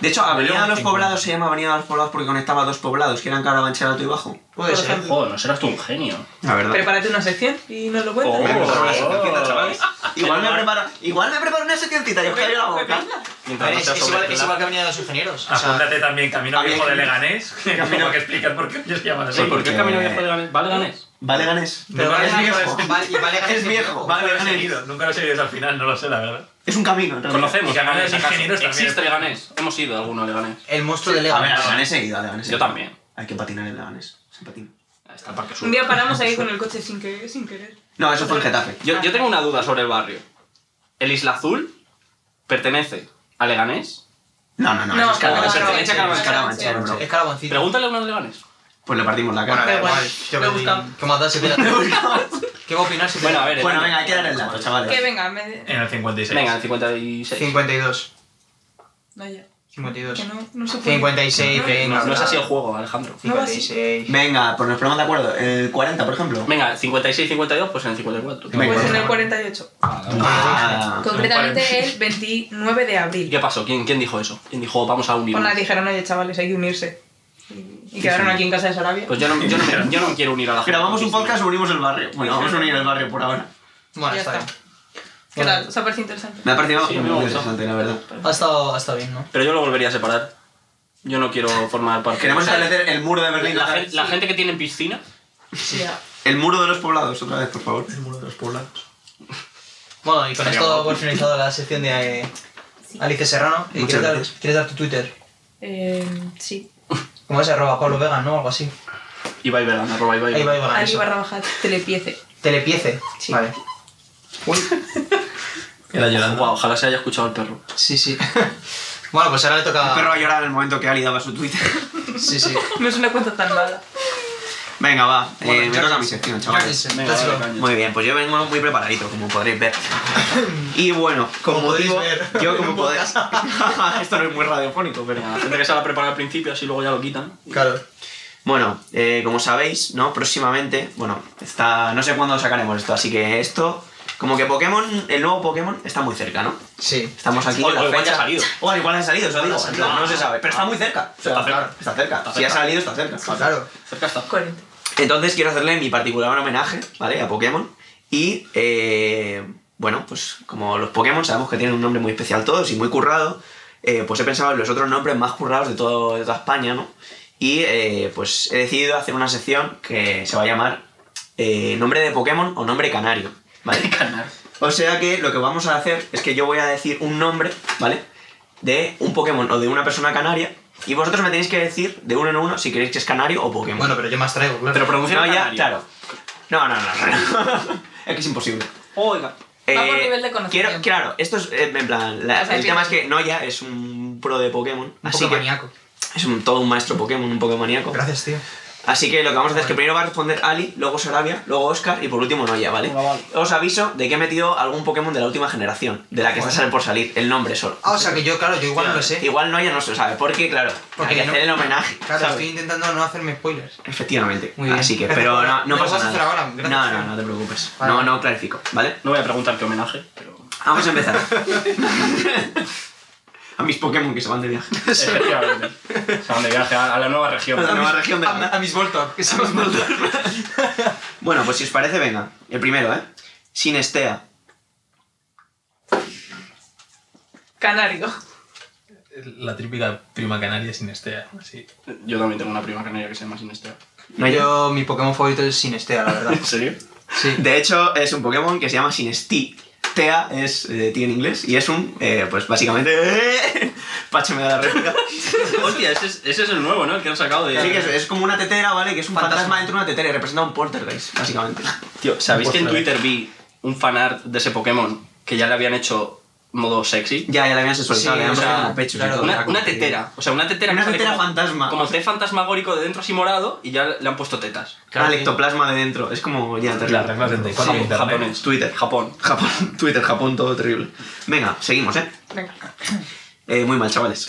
F: De hecho, Avenida de los
E: cincuenta.
F: Poblados se llama Avenida de los Poblados porque conectaba dos poblados, que eran Carabanchel Alto y Bajo.
C: Puede
D: Por
C: ser.
D: ejemplo.
B: Joder, no serás tú un genio.
F: La verdad.
D: Prepárate una sección y nos lo
B: Ah. Oh.
F: Me
D: cuentas.
F: preparo una seccioncita,
B: Oh.
F: chavales. Igual me
B: Genial.
F: preparo, igual me preparo una seccioncita, yo os callo la boca.
B: Mientras
C: Pero
B: no
C: Eh, Es,
B: seas
C: es igual,
B: sobre-
C: es igual que Avenida de los Ingenieros. O sea,
E: Apúntate también Camino
F: había
E: Viejo de
F: que-
E: Leganés. Que
F: Camino-
E: tengo que explicar por qué se llama
B: Sí,
E: así.
B: ¿por qué el camino viejo de Ganés? ¿Vale Ganés?
F: Vale, ganes.
C: pero
E: Nunca
C: vale,
E: lo
C: es
E: he seguido.
C: viejo. Vale, y vale,
F: Es viejo,
E: Nunca
F: vale,
E: lo he
F: ganes.
E: seguido, Nunca lo he seguido hasta el final, no lo sé, la verdad.
F: Es un camino, en realidad.
B: Conocemos
E: Y Ganés
B: Ganés,
E: de
B: acaso.
E: ingenieros también.
B: Existe Leganés. Hemos ido a alguno a Leganés.
C: El monstruo de
F: A ver, a
C: Leganés.
F: Leganés he ido, a Leganés. he
B: Yo
F: ido.
B: también.
F: Hay que patinar en Leganés. Se patina.
B: Está el Parque Sur.
D: Un día paramos ahí con el coche sin, que, sin querer.
F: No, eso fue en Getafe.
B: Yo, yo tengo una duda sobre el barrio. ¿El Isla Azul pertenece a Leganés?
F: No, no, no, eso
D: No,
F: es Carabanchel.
B: Carabanchel,
F: Eso es Carabanchel, bro.
C: Es Caraboncito.
B: Pregúntale a uno de Leganés.
F: Pues le partimos la
C: Bueno,
F: cara.
C: da
D: Da
C: igual.
D: igual.
C: Yo
D: Me
C: que-
D: gusta.
C: ¿Qué más da si te ¿Qué va a opinar si te
B: Bueno, a ver. eh,
F: Bueno, venga, hay que dar el dato, chavales.
D: Que venga, me de-
E: En el 56.
B: Venga, el 56.
C: 52.
D: No, ya.
C: 52.
D: Que no, no se puede.
C: 56,
D: No,
C: venga.
B: No, no es así el juego, Alejandro.
D: No va así.
C: 56.
F: Venga, pues nos ponemos de acuerdo. El 40, por ejemplo.
B: Venga, 56, 52, pues en el 54.
F: Venga,
D: Pues en el
F: bueno.
D: 48.
F: Ah,
D: Concretamente el 29 de
B: ¿Y
D: abril.
B: qué pasó? ¿Quién, ¿Quién dijo eso? ¿Quién dijo vamos a unir?
D: Con la dijeron, oye, chavales, hay que unirse. Y- Y quedaron aquí en casa de Sarabia.
B: Pues yo no, yo, no me- yo no quiero unir a la gente.
F: Grabamos un
B: porque
F: podcast, unimos el barrio. Bueno, vamos a unir el barrio por ahora.
C: Bueno,
D: Ya
C: está
D: está.
C: bien.
D: ¿Qué tal? ¿Os ha parecido interesante?
F: Me ha parecido
B: Sí, me
F: muy
B: gusta.
F: interesante, la verdad.
C: Ha estado, ha estado bien, ¿no?
B: Pero yo lo volvería a separar. Yo no quiero formar parte.
F: Queremos
B: la,
F: establecer el muro de Berlín.
B: la
F: otra
B: gen-
F: vez.
B: la gente que tiene piscina.
D: Ya.
F: El muro de los poblados, otra vez, por favor.
C: Bueno, y con
E: Estaría
C: esto
E: guapo.
C: hemos finalizado la sección de eh, Alice Serrano. ¿Y
F: Muchas
C: quieres dar,
F: gracias.
C: quieres dar tu Twitter?
D: Eh, sí.
C: Como es arroba Pablo Vega, ¿no? Algo así.
B: Ibai Vegan, arroba Ibai
C: Ahí va, ahí
B: Vegan.
C: va.
D: Ali
C: eso.
D: barra baja telepiece.
C: Telepiece.
D: Sí.
C: Vale. Uy.
E: Era llorando.
B: Guau, ojalá se haya escuchado el perro.
C: Sí, sí. Bueno, pues ahora le toca.
F: El perro va a llorar en el momento que Ali daba su Twitter.
C: Sí, sí.
D: No es una cuenta tan mala.
F: Venga, va.
C: Bueno,
F: eh, me
C: Jordan.
F: toca mi sección, chavales.
C: Jordan,
B: Venga,
C: dárselo.
B: dale, caña.
F: Muy bien, pues yo vengo muy preparadito, como podréis ver. Y bueno, como,
C: Como podéis
F: motivo,
C: ver,
F: yo
C: en
F: como
C: un
F: podéis...
C: podcast.
F: Esto no es muy radiofónico, pero...
B: La gente que se la prepara al principio, así luego ya lo quitan.
C: Claro.
F: Bueno, eh, como sabéis, ¿no? Próximamente, bueno, está... No sé cuándo sacaremos esto, así que esto... Como que Pokémon, el nuevo Pokémon está muy cerca, ¿no?
C: Sí.
F: Estamos aquí
B: O-
F: en la
B: o igual ya
F: fecha.
B: ha salido.
F: O igual ha salido, eso digo.
C: ha salido.
F: No se sabe, pero está muy cerca. O sea,
B: Está cerca.
F: claro, Está cerca.
B: Está
F: Si ha
B: cerca.
F: salido, está cerca.
C: Ah, Claro.
B: Cerca está.
D: 40.
F: Entonces quiero hacerle mi particular homenaje, ¿vale? A Pokémon. Y, eh, bueno, pues como los Pokémon sabemos que tienen un nombre muy especial todos y muy currado, eh, pues he pensado en los otros nombres más currados de, todo, de toda España, ¿no? Y eh, pues he decidido hacer una sección que se va a llamar eh, Nombre de Pokémon o Nombre Canario, ¿vale? O sea que lo que vamos a hacer es que yo voy a decir un nombre, ¿vale? De un Pokémon o de una persona canaria. Y vosotros me tenéis que decir de uno en uno si queréis que es canario o Pokémon.
C: Bueno, pero yo más traigo, claro.
B: Pero pronuncia
F: No, ya,
B: canario.
F: claro. No, no, no. no. es que es imposible. Eh,
B: Oiga.
D: Va por nivel de conocimiento.
F: quiero- claro, esto es, eh, en plan, la-
D: O sea,
F: el
D: sí.
F: tema es que Noya es un pro de Pokémon,
C: un
F: así
C: poco
F: que
C: maníaco.
F: es un, todo un maestro Pokémon, un Pokémon maníaco.
C: Gracias, tío.
F: Así que lo que vamos a hacer es que primero va a responder Ali, luego Sarabia, luego Oscar y por último Noya, ¿vale?
B: Venga, vale.
F: Os aviso de que he metido algún Pokémon de la última generación, de la que está sal- por salir, el nombre solo.
C: Ah, o sea que yo, claro, yo igual no lo sé.
F: Igual Noya no se lo sabe, porque claro,
C: Porque
F: hay que
C: no-
F: hacer el homenaje.
C: Claro,
F: ¿sabes?
C: estoy intentando no hacerme spoilers.
F: Efectivamente.
C: Muy bien.
F: Así que,
C: Gracias
F: pero
C: por-
F: no, no
C: ¿Me lo
F: pasa
C: vas a
F: nada.
C: hacer ahora? Gracias.
F: no, no, no te preocupes.
C: Vale.
F: No, no clarifico, ¿vale?
B: No voy a preguntar qué homenaje, pero.
F: Vamos a empezar. a mis Pokémon que se van de viaje.
B: Efectivamente. Se van de viaje a, a la nueva región.
F: A la nueva región de
C: A, a mis Voltorb, que son mis Voltorb.
F: Bueno, pues si os parece, venga. El primero, ¿eh? Sinestea.
D: Canario.
E: La típica prima canaria sin estea, así.
B: Yo también tengo una prima canaria que se llama Sinestea.
F: No, yo.
C: Yo, mi Pokémon favorito es Sinestea, la verdad.
B: ¿En serio?
C: Sí.
F: De hecho, es un Pokémon que se llama Sinestí. Tea es eh, T en inglés y es un, eh, pues básicamente. Pache me da la réplica.
B: Hostia, ese es, ese es el nuevo, ¿no? El que han sacado de.
F: Así que es, es como una tetera, ¿vale? Que es un fantasma,
C: Fantasma.
F: dentro de una tetera y representa un poltergeist, básicamente.
B: Tío, ¿sabéis que en
E: Pues,
B: Twitter vi un fanart de ese Pokémon que ya le habían hecho modo sexy?
F: Ya, ya la habían sexualizado,
C: Sí,
F: le habían
C: o sea,
F: puesto como pechos y
C: claro,
F: todo.
B: Una,
F: Era como
B: una
F: que-
B: tetera, o sea, una tetera
F: Una
B: que sale
F: tetera
B: como-
F: fantasma.
B: Como té fantasmagórico de dentro así morado y ya le han puesto tetas.
F: Al ectoplasma de dentro. Es como ya
E: La
F: terrible.
E: regla 34 de
B: Sí,
E: internet.
B: japonés.
F: Twitter.
B: Japón.
F: Japón, Twitter, Japón, todo terrible. Venga, seguimos, ¿eh?
D: Venga.
F: Eh, muy mal, chavales.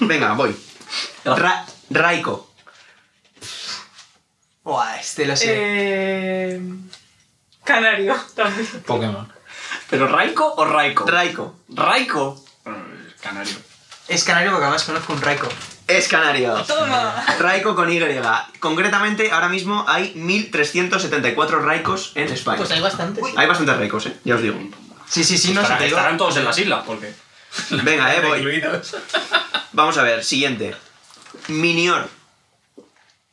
F: Venga, voy. Ra- Raiko.
C: Buah, este lo sé.
D: Eh, Canario también.
E: Pokémon.
B: ¿Pero Raiko o Raiko?
F: Raiko.
B: Raiko. Canario.
C: Es canario porque además conozco un Raiko.
F: Es canario.
D: Toma.
F: Raiko con Y. Concretamente, ahora mismo hay 1.374 Raikos en España.
D: Pues hay bastantes.
F: Hay bastantes Raikos, ¿eh? Ya os digo.
C: Sí, sí, sí, no sé,
B: Estará-
C: te digo.
B: estarán todos en las islas, porque.
F: Venga, eh, voy.
E: Incluidos.
F: Vamos a ver, siguiente. Minior.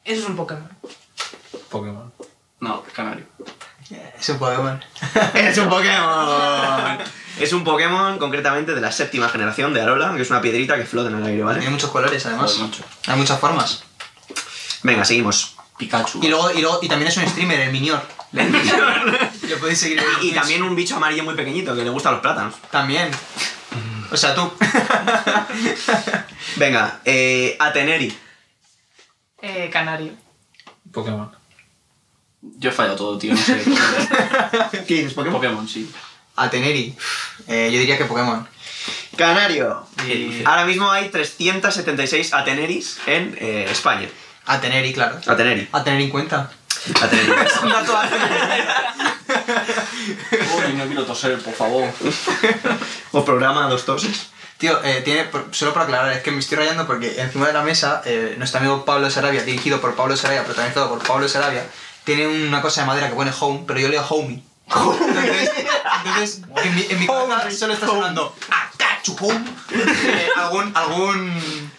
D: Eso es un Pokémon.
E: Pokémon.
B: No, canario.
C: Es un Pokémon.
F: ¡Es un Pokémon! Es un Pokémon concretamente de la séptima generación de Alola, que es una piedrita que flota en el aire,
C: Tiene
F: ¿vale?
C: muchos colores, además.
B: Joder, macho.
C: Hay muchas formas.
F: Venga, seguimos.
B: Pikachu.
C: Y luego, y luego, y también es un streamer, el Minior. Lo podéis seguir. en
F: Y
C: Twitch.
F: también un bicho amarillo muy pequeñito que le gusta los plátanos.
C: También. O sea, tú.
F: Venga, eh, Ateneri.
D: Eh, Canario.
E: Pokémon.
B: Yo he fallado todo, tío. No sé.
F: ¿Qué dices,
B: Pokémon, sí.
C: Ateneri. Eh, yo diría que Pokémon.
F: Canario.
B: ¿Qué dices?
F: Ahora mismo hay 376 Ateneris en eh, España.
C: Ateneri, claro.
F: Ateneri.
C: A tener en cuenta.
F: Ateneri.
B: Uy, no quiero toser, por favor.
F: o programa dos toses.
C: Tío, eh, tiene, por- solo para aclarar, es que me estoy rayando porque encima de la mesa, eh, nuestro amigo Pablo Sarabia, dirigido por Pablo Sarabia, protagonizado por Pablo Sarabia, tiene una cosa de madera que pone home, pero yo leo homie. Entonces, entonces, en mi, en mi cabeza solo está sonando Akachu home. Eh, algún, algún,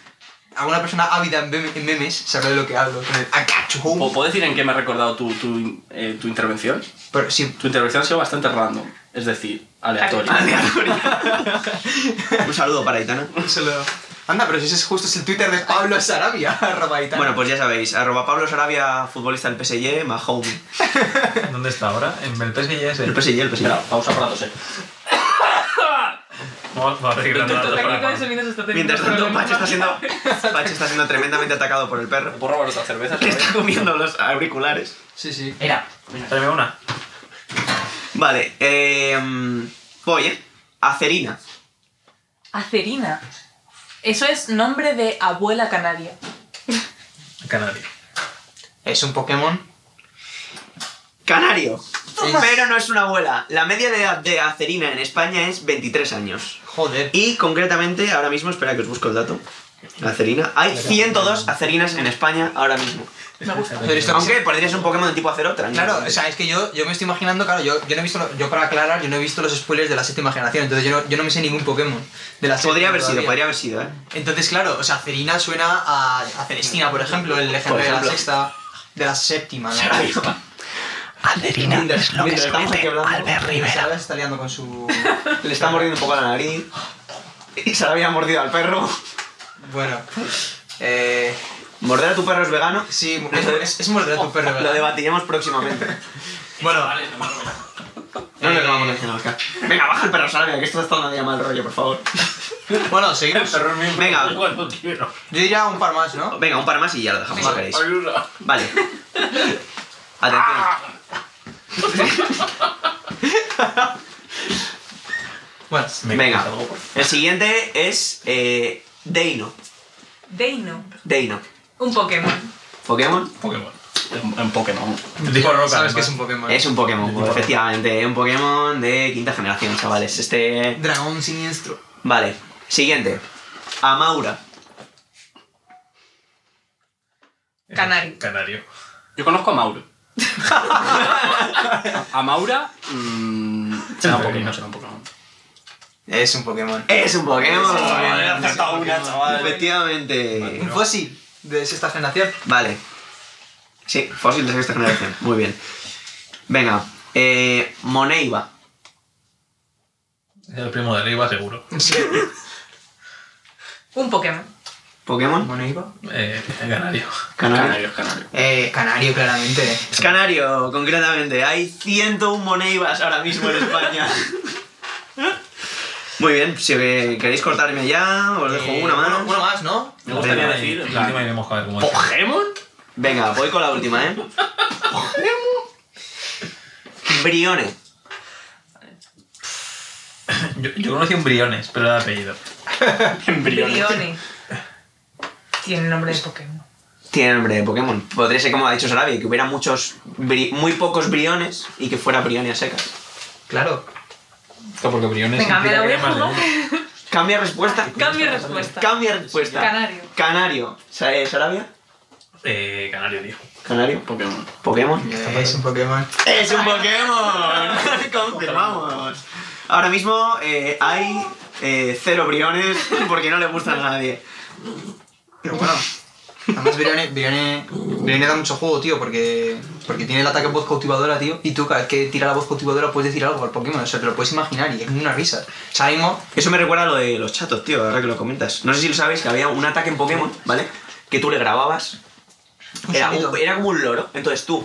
C: alguna persona ávida en, meme- en memes sabe de lo que hablo. con el Akachu
B: ¿Pu-
C: home.
B: ¿Puedo decir en qué me ha recordado tu, tu, eh, tu intervención?
C: Pero sí,
B: Tu intervención ha sido bastante random, es decir, aleatoria.
F: Aleatoria. un saludo para Aitana.
C: solo... Anda, pero si ese es justo es el Twitter de Pablo Sarabia, arroba y tal.
F: Bueno, pues ya sabéis, arroba Pablo Sarabia, futbolista del PSG, Mahome.
E: ¿Dónde está ahora? En el PSG es
F: El
E: el
F: PSG, el PSG.
B: Espera, pausa para toser.
E: Vamos vamos Oh, a seguir dando
B: Doctor
E: datos para
D: Técnico de
E: Juan.
D: sonidos está teniendo
F: Mientras tanto,
D: problemas.
F: Pache está siendo, Pache está siendo tremendamente atacado por el perro.
B: ¿Puedo robar otra cerveza?
F: Que está comiendo los auriculares.
B: Sí, sí.
A: Era.
E: Tráeme una.
F: Vale, eh, mm, voy, ¿eh? Acerina.
D: Acerina. Eso es nombre de abuela canaria.
E: Canario.
C: Es un Pokémon.
F: Canario. Pero no es una abuela. La media de edad de Acerina en España es 23 años.
C: Joder.
F: Y concretamente, ahora mismo, espera que os busco el dato. Acerina. Hay 102 acerinas en España ahora mismo.
D: Me gusta.
C: Pero esto-
F: Aunque podría ser un Pokémon de tipo acero, tranquilo.
C: Claro, o sea, es que yo, yo me estoy imaginando, claro, yo, yo no he visto, lo- yo para aclarar, yo no he visto los spoilers de la séptima generación, entonces yo no, yo no me sé ningún Pokémon de la
F: Podría
C: séptima
F: haber sido,
C: todavía.
F: podría haber sido, ¿eh?
C: Entonces, claro, o sea, Cerina suena a, a Celestina, por ejemplo, el
B: Por
C: legendario de la
B: ejemplo.
C: sexta, de la séptima, ¿no?
F: Acerina es lo que
C: Albert Rivera. Ahora se está liando con su...
F: Le está mordiendo un poco la nariz. Y se la había mordido al perro.
C: Bueno, eh...
F: Morder a tu perro es vegano.
C: Sí, es, es, es morder a tu perro,
F: Lo
C: ¿verdad?
F: debatiremos próximamente.
C: Bueno,
F: No nos
C: Eh,
F: lo vamos a decir nada, Oscar. Venga, baja el perro, Salvia, que esto está dando ya mal rollo, por favor.
C: bueno, seguimos.
F: Venga,
E: Cuando quiero.
C: Yo diría un par más, ¿no?
F: venga, un par más y ya lo dejamos, si queréis.
E: Ayuda.
F: Vale. Atención.
C: Bueno,
F: Venga. El siguiente es eh, Deino.
D: Deino.
F: Deino.
D: Un Pokémon.
F: Pokémon.
E: Pokémon.
B: En Pokémon.
E: Tipo roca.
C: sabes
E: además.
C: que es un Pokémon.
F: Es un Pokémon, pues, efectivamente. Un Pokémon de quinta generación, chavales. Este.
C: Dragón siniestro.
F: Vale. Siguiente. Amaura.
D: Canario.
E: Canario.
B: Yo conozco a Mauro. a Maura. mm, será un Pokémon, será un Pokémon.
C: Es un Pokémon.
F: Es un Pokémon.
B: he acertado una, chaval.
F: Efectivamente.
C: Eh, Un fósil de sexta generación.
F: Vale. Sí, fósil de sexta generación. Muy bien. Venga. Eh, Moneiva.
E: El primo de arriba, seguro.
C: Sí.
D: Un Pokémon.
F: Pokémon.
C: Bueno, iba.
E: Eh, canario.
F: Canario.
B: Canarios, canarios.
C: Eh, canario, claramente.
F: Es canario, concretamente. Hay 101 Moneivas ahora mismo en España. Muy bien, si que- queréis cortarme ya, os dejo
C: Eh,
F: una mano.
C: Uno, uno más, ¿no?
B: Me gustaría
E: Ah,
F: Venga,
B: decir.
E: La última iremos a ver cómo es.
B: ¿Pokémon?
F: Venga, voy con la última, ¿eh? Brione.
E: Yo, yo conocí un Briones, pero era de apellido.
D: Brione. Tiene nombre de Pokémon.
F: Tiene nombre de Pokémon. Podría ser como ha dicho Sarabia, que hubiera muchos, bri- muy pocos briones y que fuera brione a secas.
C: Claro.
E: porque Briones.
D: Venga, me la voy a
E: implica que hay
D: jugar.
E: más de
F: Cambia respuesta.
D: Cambio de respuesta.
F: Cambia respuesta.
D: Canario.
F: Canario. Sa- eh, ¿Sarabia?
E: uno. Eh, canario, tío.
F: Canario.
B: Pokémon.
F: Pokémon.
C: Eh, es un Pokémon.
F: ¡Es un Pokémon! Confirmamos. Ahora mismo eh, hay eh, cero briones porque no le gustan a nadie.
C: Pero bueno. Además, Brienne, Brienne, Brienne da mucho juego, tío, porque, porque tiene el ataque voz cautivadora, tío. Y tú, cada vez que tira la voz cautivadora, puedes decir algo al Pokémon. O sea, te lo puedes imaginar y es una risa. O sea, ahora mismo,
F: Eso me recuerda a lo de los chatos, tío, ahora que lo comentas. No sé si lo sabéis, que había un ataque en Pokémon, ¿vale? Que tú le grababas.
C: Un
F: Era,
C: sonido.
F: un- era como un loro. Entonces tú,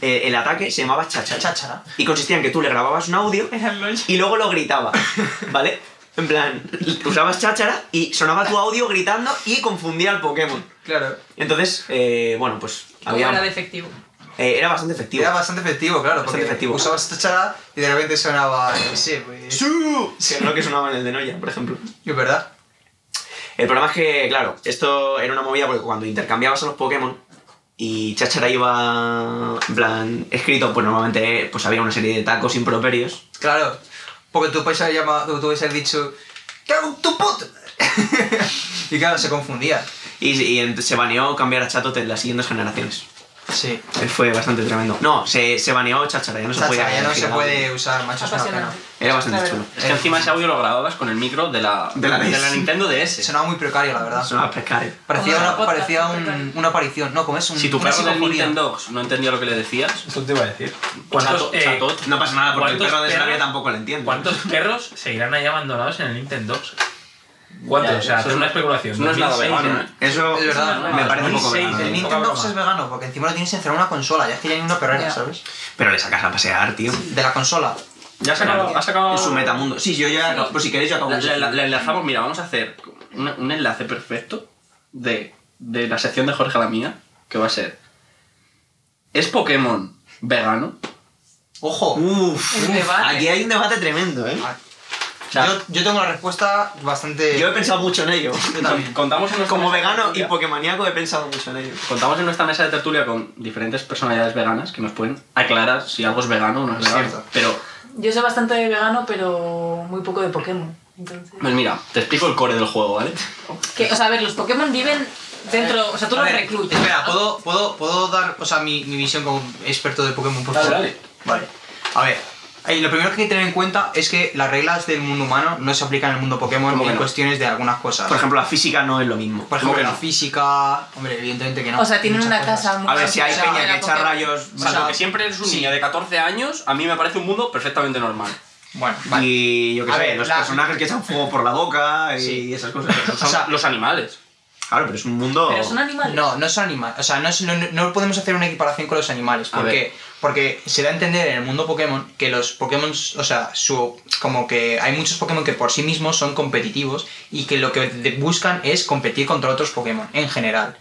F: eh, el ataque se llamaba chacha.
C: Cháchara.
F: Y consistía en que tú le grababas un audio
D: Era el LOL.
F: y luego lo gritabas, ¿vale? En plan, usabas cháchara y sonaba tu audio gritando y confundía al Pokémon.
C: Claro.
F: Entonces, eh, bueno, pues
D: Como
F: había.
D: era defectivo.
F: eh, era bastante efectivo.
C: Era bastante efectivo, claro,
F: Bastante
C: porque
F: efectivo.
C: usabas esta charada y de repente sonaba, yo qué sé, pues...
F: ¡Su! Que es lo que sonaba en el de Noya, por ejemplo.
C: Es verdad.
F: El problema es que, claro, esto era una movida porque cuando intercambiabas a los Pokémon y Chachara iba, en plan, escrito, pues normalmente pues había una serie de tacos improperios.
C: Claro. Porque tú puedes haber llamado, tú puedes haber dicho, ¿qué hago tu puta? madre?" y claro, se confundía.
F: Y, y ent- se baneó cambiar a Chatot en las siguientes generaciones.
C: Sí.
F: Fue bastante tremendo. No, se, se baneó Chachara, ya no se
C: Chacha,
F: puede...
C: ya no se
F: elegir
C: puede usar, macho, es una pena.
D: Apasionante.
F: Era bastante
D: Claro.
F: chulo.
B: Es que encima ese audio lo grababas con el micro de la,
F: De la DS.
B: Nintendo DS.
C: Sonaba muy precario, la verdad.
F: Sonaba precario.
C: Parecía,
D: Como
C: una,
D: los robots,
C: parecía un-
D: precario.
C: una aparición. No, como es un...
B: Si tu
C: una
B: perro del
C: psicofonía.
B: Nintendo no entendía lo que le decías,
E: Eso te iba a decir.
B: chato,
E: ¿Cuántos, eh,
B: chatot.
F: No pasa nada porque el
E: ¿Cuántos
F: perro de Sarabia
E: perros?
F: tampoco lo entiende.
E: ¿Cuántos perros seguirán ahí abandonados en el Nintendo? ¿Cuántos?
B: Ya,
E: o sea,
B: eso
E: es
B: es-
E: una especulación.
B: eso no es nada
E: 2006,
B: vegano,
E: ¿eh?
B: ¿eh?
F: Eso
C: Es verdad,
F: me
C: no,
F: parece un poco
E: 2006,
F: vegano.
C: El
E: ¿eh?
C: Nintendo Box es vegano, porque encima lo tienes encerrado en una consola, ya es que ya hay una perrera,
D: Ya.
C: ¿sabes?
F: Pero le sacas a pasear, tío.
C: De la consola.
B: Ya has acabado. Has acabado.
F: En su metamundo. Sí, yo ya. Pues si queréis, yo acabo.
B: La, la- la- la enlazamos, mira, vamos a hacer un, un enlace perfecto de, de la sección de Jorge a la mía, que va a ser. ¿Es Pokémon vegano?
C: Ojo,
B: Uh,
F: Uf,
D: El
F: uf,
D: debate.
F: aquí hay un debate tremendo, ¿eh?
B: O sea,
C: yo, yo tengo la respuesta bastante.
F: Yo he pensado mucho en ello.
C: Yo también.
B: contamos en nuestra
F: Como
B: mesa de
F: vegano y
B: tertulia-
F: pokemaniaco he pensado mucho en ello.
B: Contamos en nuestra mesa de tertulia con diferentes personalidades veganas que nos pueden aclarar si algo es vegano o no es
C: Es
B: vegano.
C: cierto.
B: Pero,
D: Yo soy bastante vegano, pero muy poco de Pokémon. Entonces...
B: pues mira, te explico el core del juego, ¿vale?
D: Que, o sea, a ver, los Pokémon viven dentro. O sea, tú
C: A
D: los
C: ver,
D: recluyes.
C: Espera, ¿puedo, puedo, ¿puedo dar o sea, mi, mi visión como experto de Pokémon, por
B: Dale,
C: favor?
B: dale.
C: Vale. A ver, ahí lo primero que hay que tener en cuenta es que las reglas del mundo humano no se aplican en el mundo Pokémon
B: ¿Cómo
C: en
B: que no?
C: cuestiones de algunas cosas.
F: Por ejemplo, la física no es lo mismo.
C: Por ejemplo,
B: ¿cómo que
C: la
B: no?
C: física. Hombre, evidentemente que no.
D: O sea, tienen
C: Muchas
D: una
C: cosas.
D: casa muy
F: A ver, si hay
D: o sea,
F: peña
D: la
F: que echa
D: Poké-
F: rayos
B: O sea,
C: sea,
B: lo que siempre eres un
C: sí.
B: niño de 14 años, a mí me parece un mundo perfectamente normal.
C: Bueno, vale.
F: y yo qué
C: A
F: sé,
C: ver,
F: los
C: la-
F: personajes que echan fuego por la boca y
C: Sí.
F: esas cosas.
B: Son
C: O sea-
B: los animales.
F: Claro, pero es un mundo.
D: Pero son animales.
C: No, no son animales. O sea, no, es- no, no podemos hacer una equiparación con los animales.
B: A
C: ¿Por
B: ver.
C: qué? Porque se da a entender en el mundo Pokémon que los Pokémon, o sea, su, como que hay muchos Pokémon que por sí mismos son competitivos y que lo que de- buscan es competir contra otros Pokémon en general.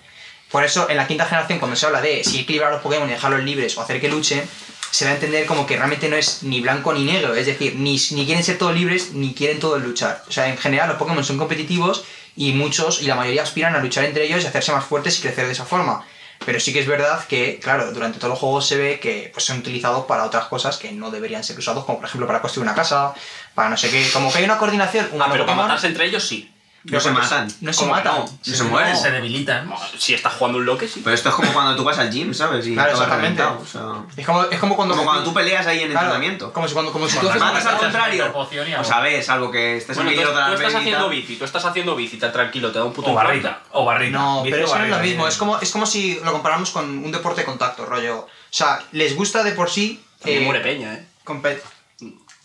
C: Por eso, en la quinta generación, cuando se habla de si equilibrar los Pokémon y dejarlos libres o hacer que luchen, se da a entender como que realmente no es ni blanco ni negro. Es decir, ni, ni quieren ser todos libres ni quieren todos luchar. O sea, en general, los Pokémon son competitivos y muchos, y la mayoría aspiran a luchar entre ellos y hacerse más fuertes y crecer de esa forma. Pero sí que es verdad que, claro, durante todos los juegos se ve que pues, son utilizados para otras cosas que no deberían ser usados, como por ejemplo para construir una casa, para no sé qué. Como que hay una coordinación
B: Ah, pero para
C: humano-Pokémon,
B: matarse entre ellos sí.
F: no se matan.
C: No se
B: ¿Cómo que
C: matan.
B: no?
F: No se mueren.
E: Se debilitan.
B: Si estás jugando un loque, sí.
F: Pero esto es como cuando tú vas al gym, ¿sabes? Y
C: Claro,
F: acabas
C: exactamente.
F: reventado, o sea.
C: Es como, es como cuando...
F: Como cuando tú peleas ahí en
C: Claro,
F: entrenamiento.
C: Como si, cuando, como si tú
E: Cuando
C: haces
E: matas
F: Matas
C: una
F: al
E: Exacto.
F: contrario.
E: Poción y
F: O
E: agua.
F: sabes, algo que estés
B: Bueno,
F: en
B: tú,
F: medio de la
B: tú estás
F: vereda y
B: haciendo
F: tal.
B: bici, tú estás haciendo bici, te- tranquilo, te da un puto
E: O barrita.
B: infarto.
E: O barrita.
C: No,
E: Dice
C: pero eso no es lo
E: barrita,
C: mismo.
E: eh.
C: Es como, es como si lo comparamos con un deporte de contacto, rollo. O sea, les gusta de por sí.
B: También
C: eh,
B: muere peña, eh.
C: compe-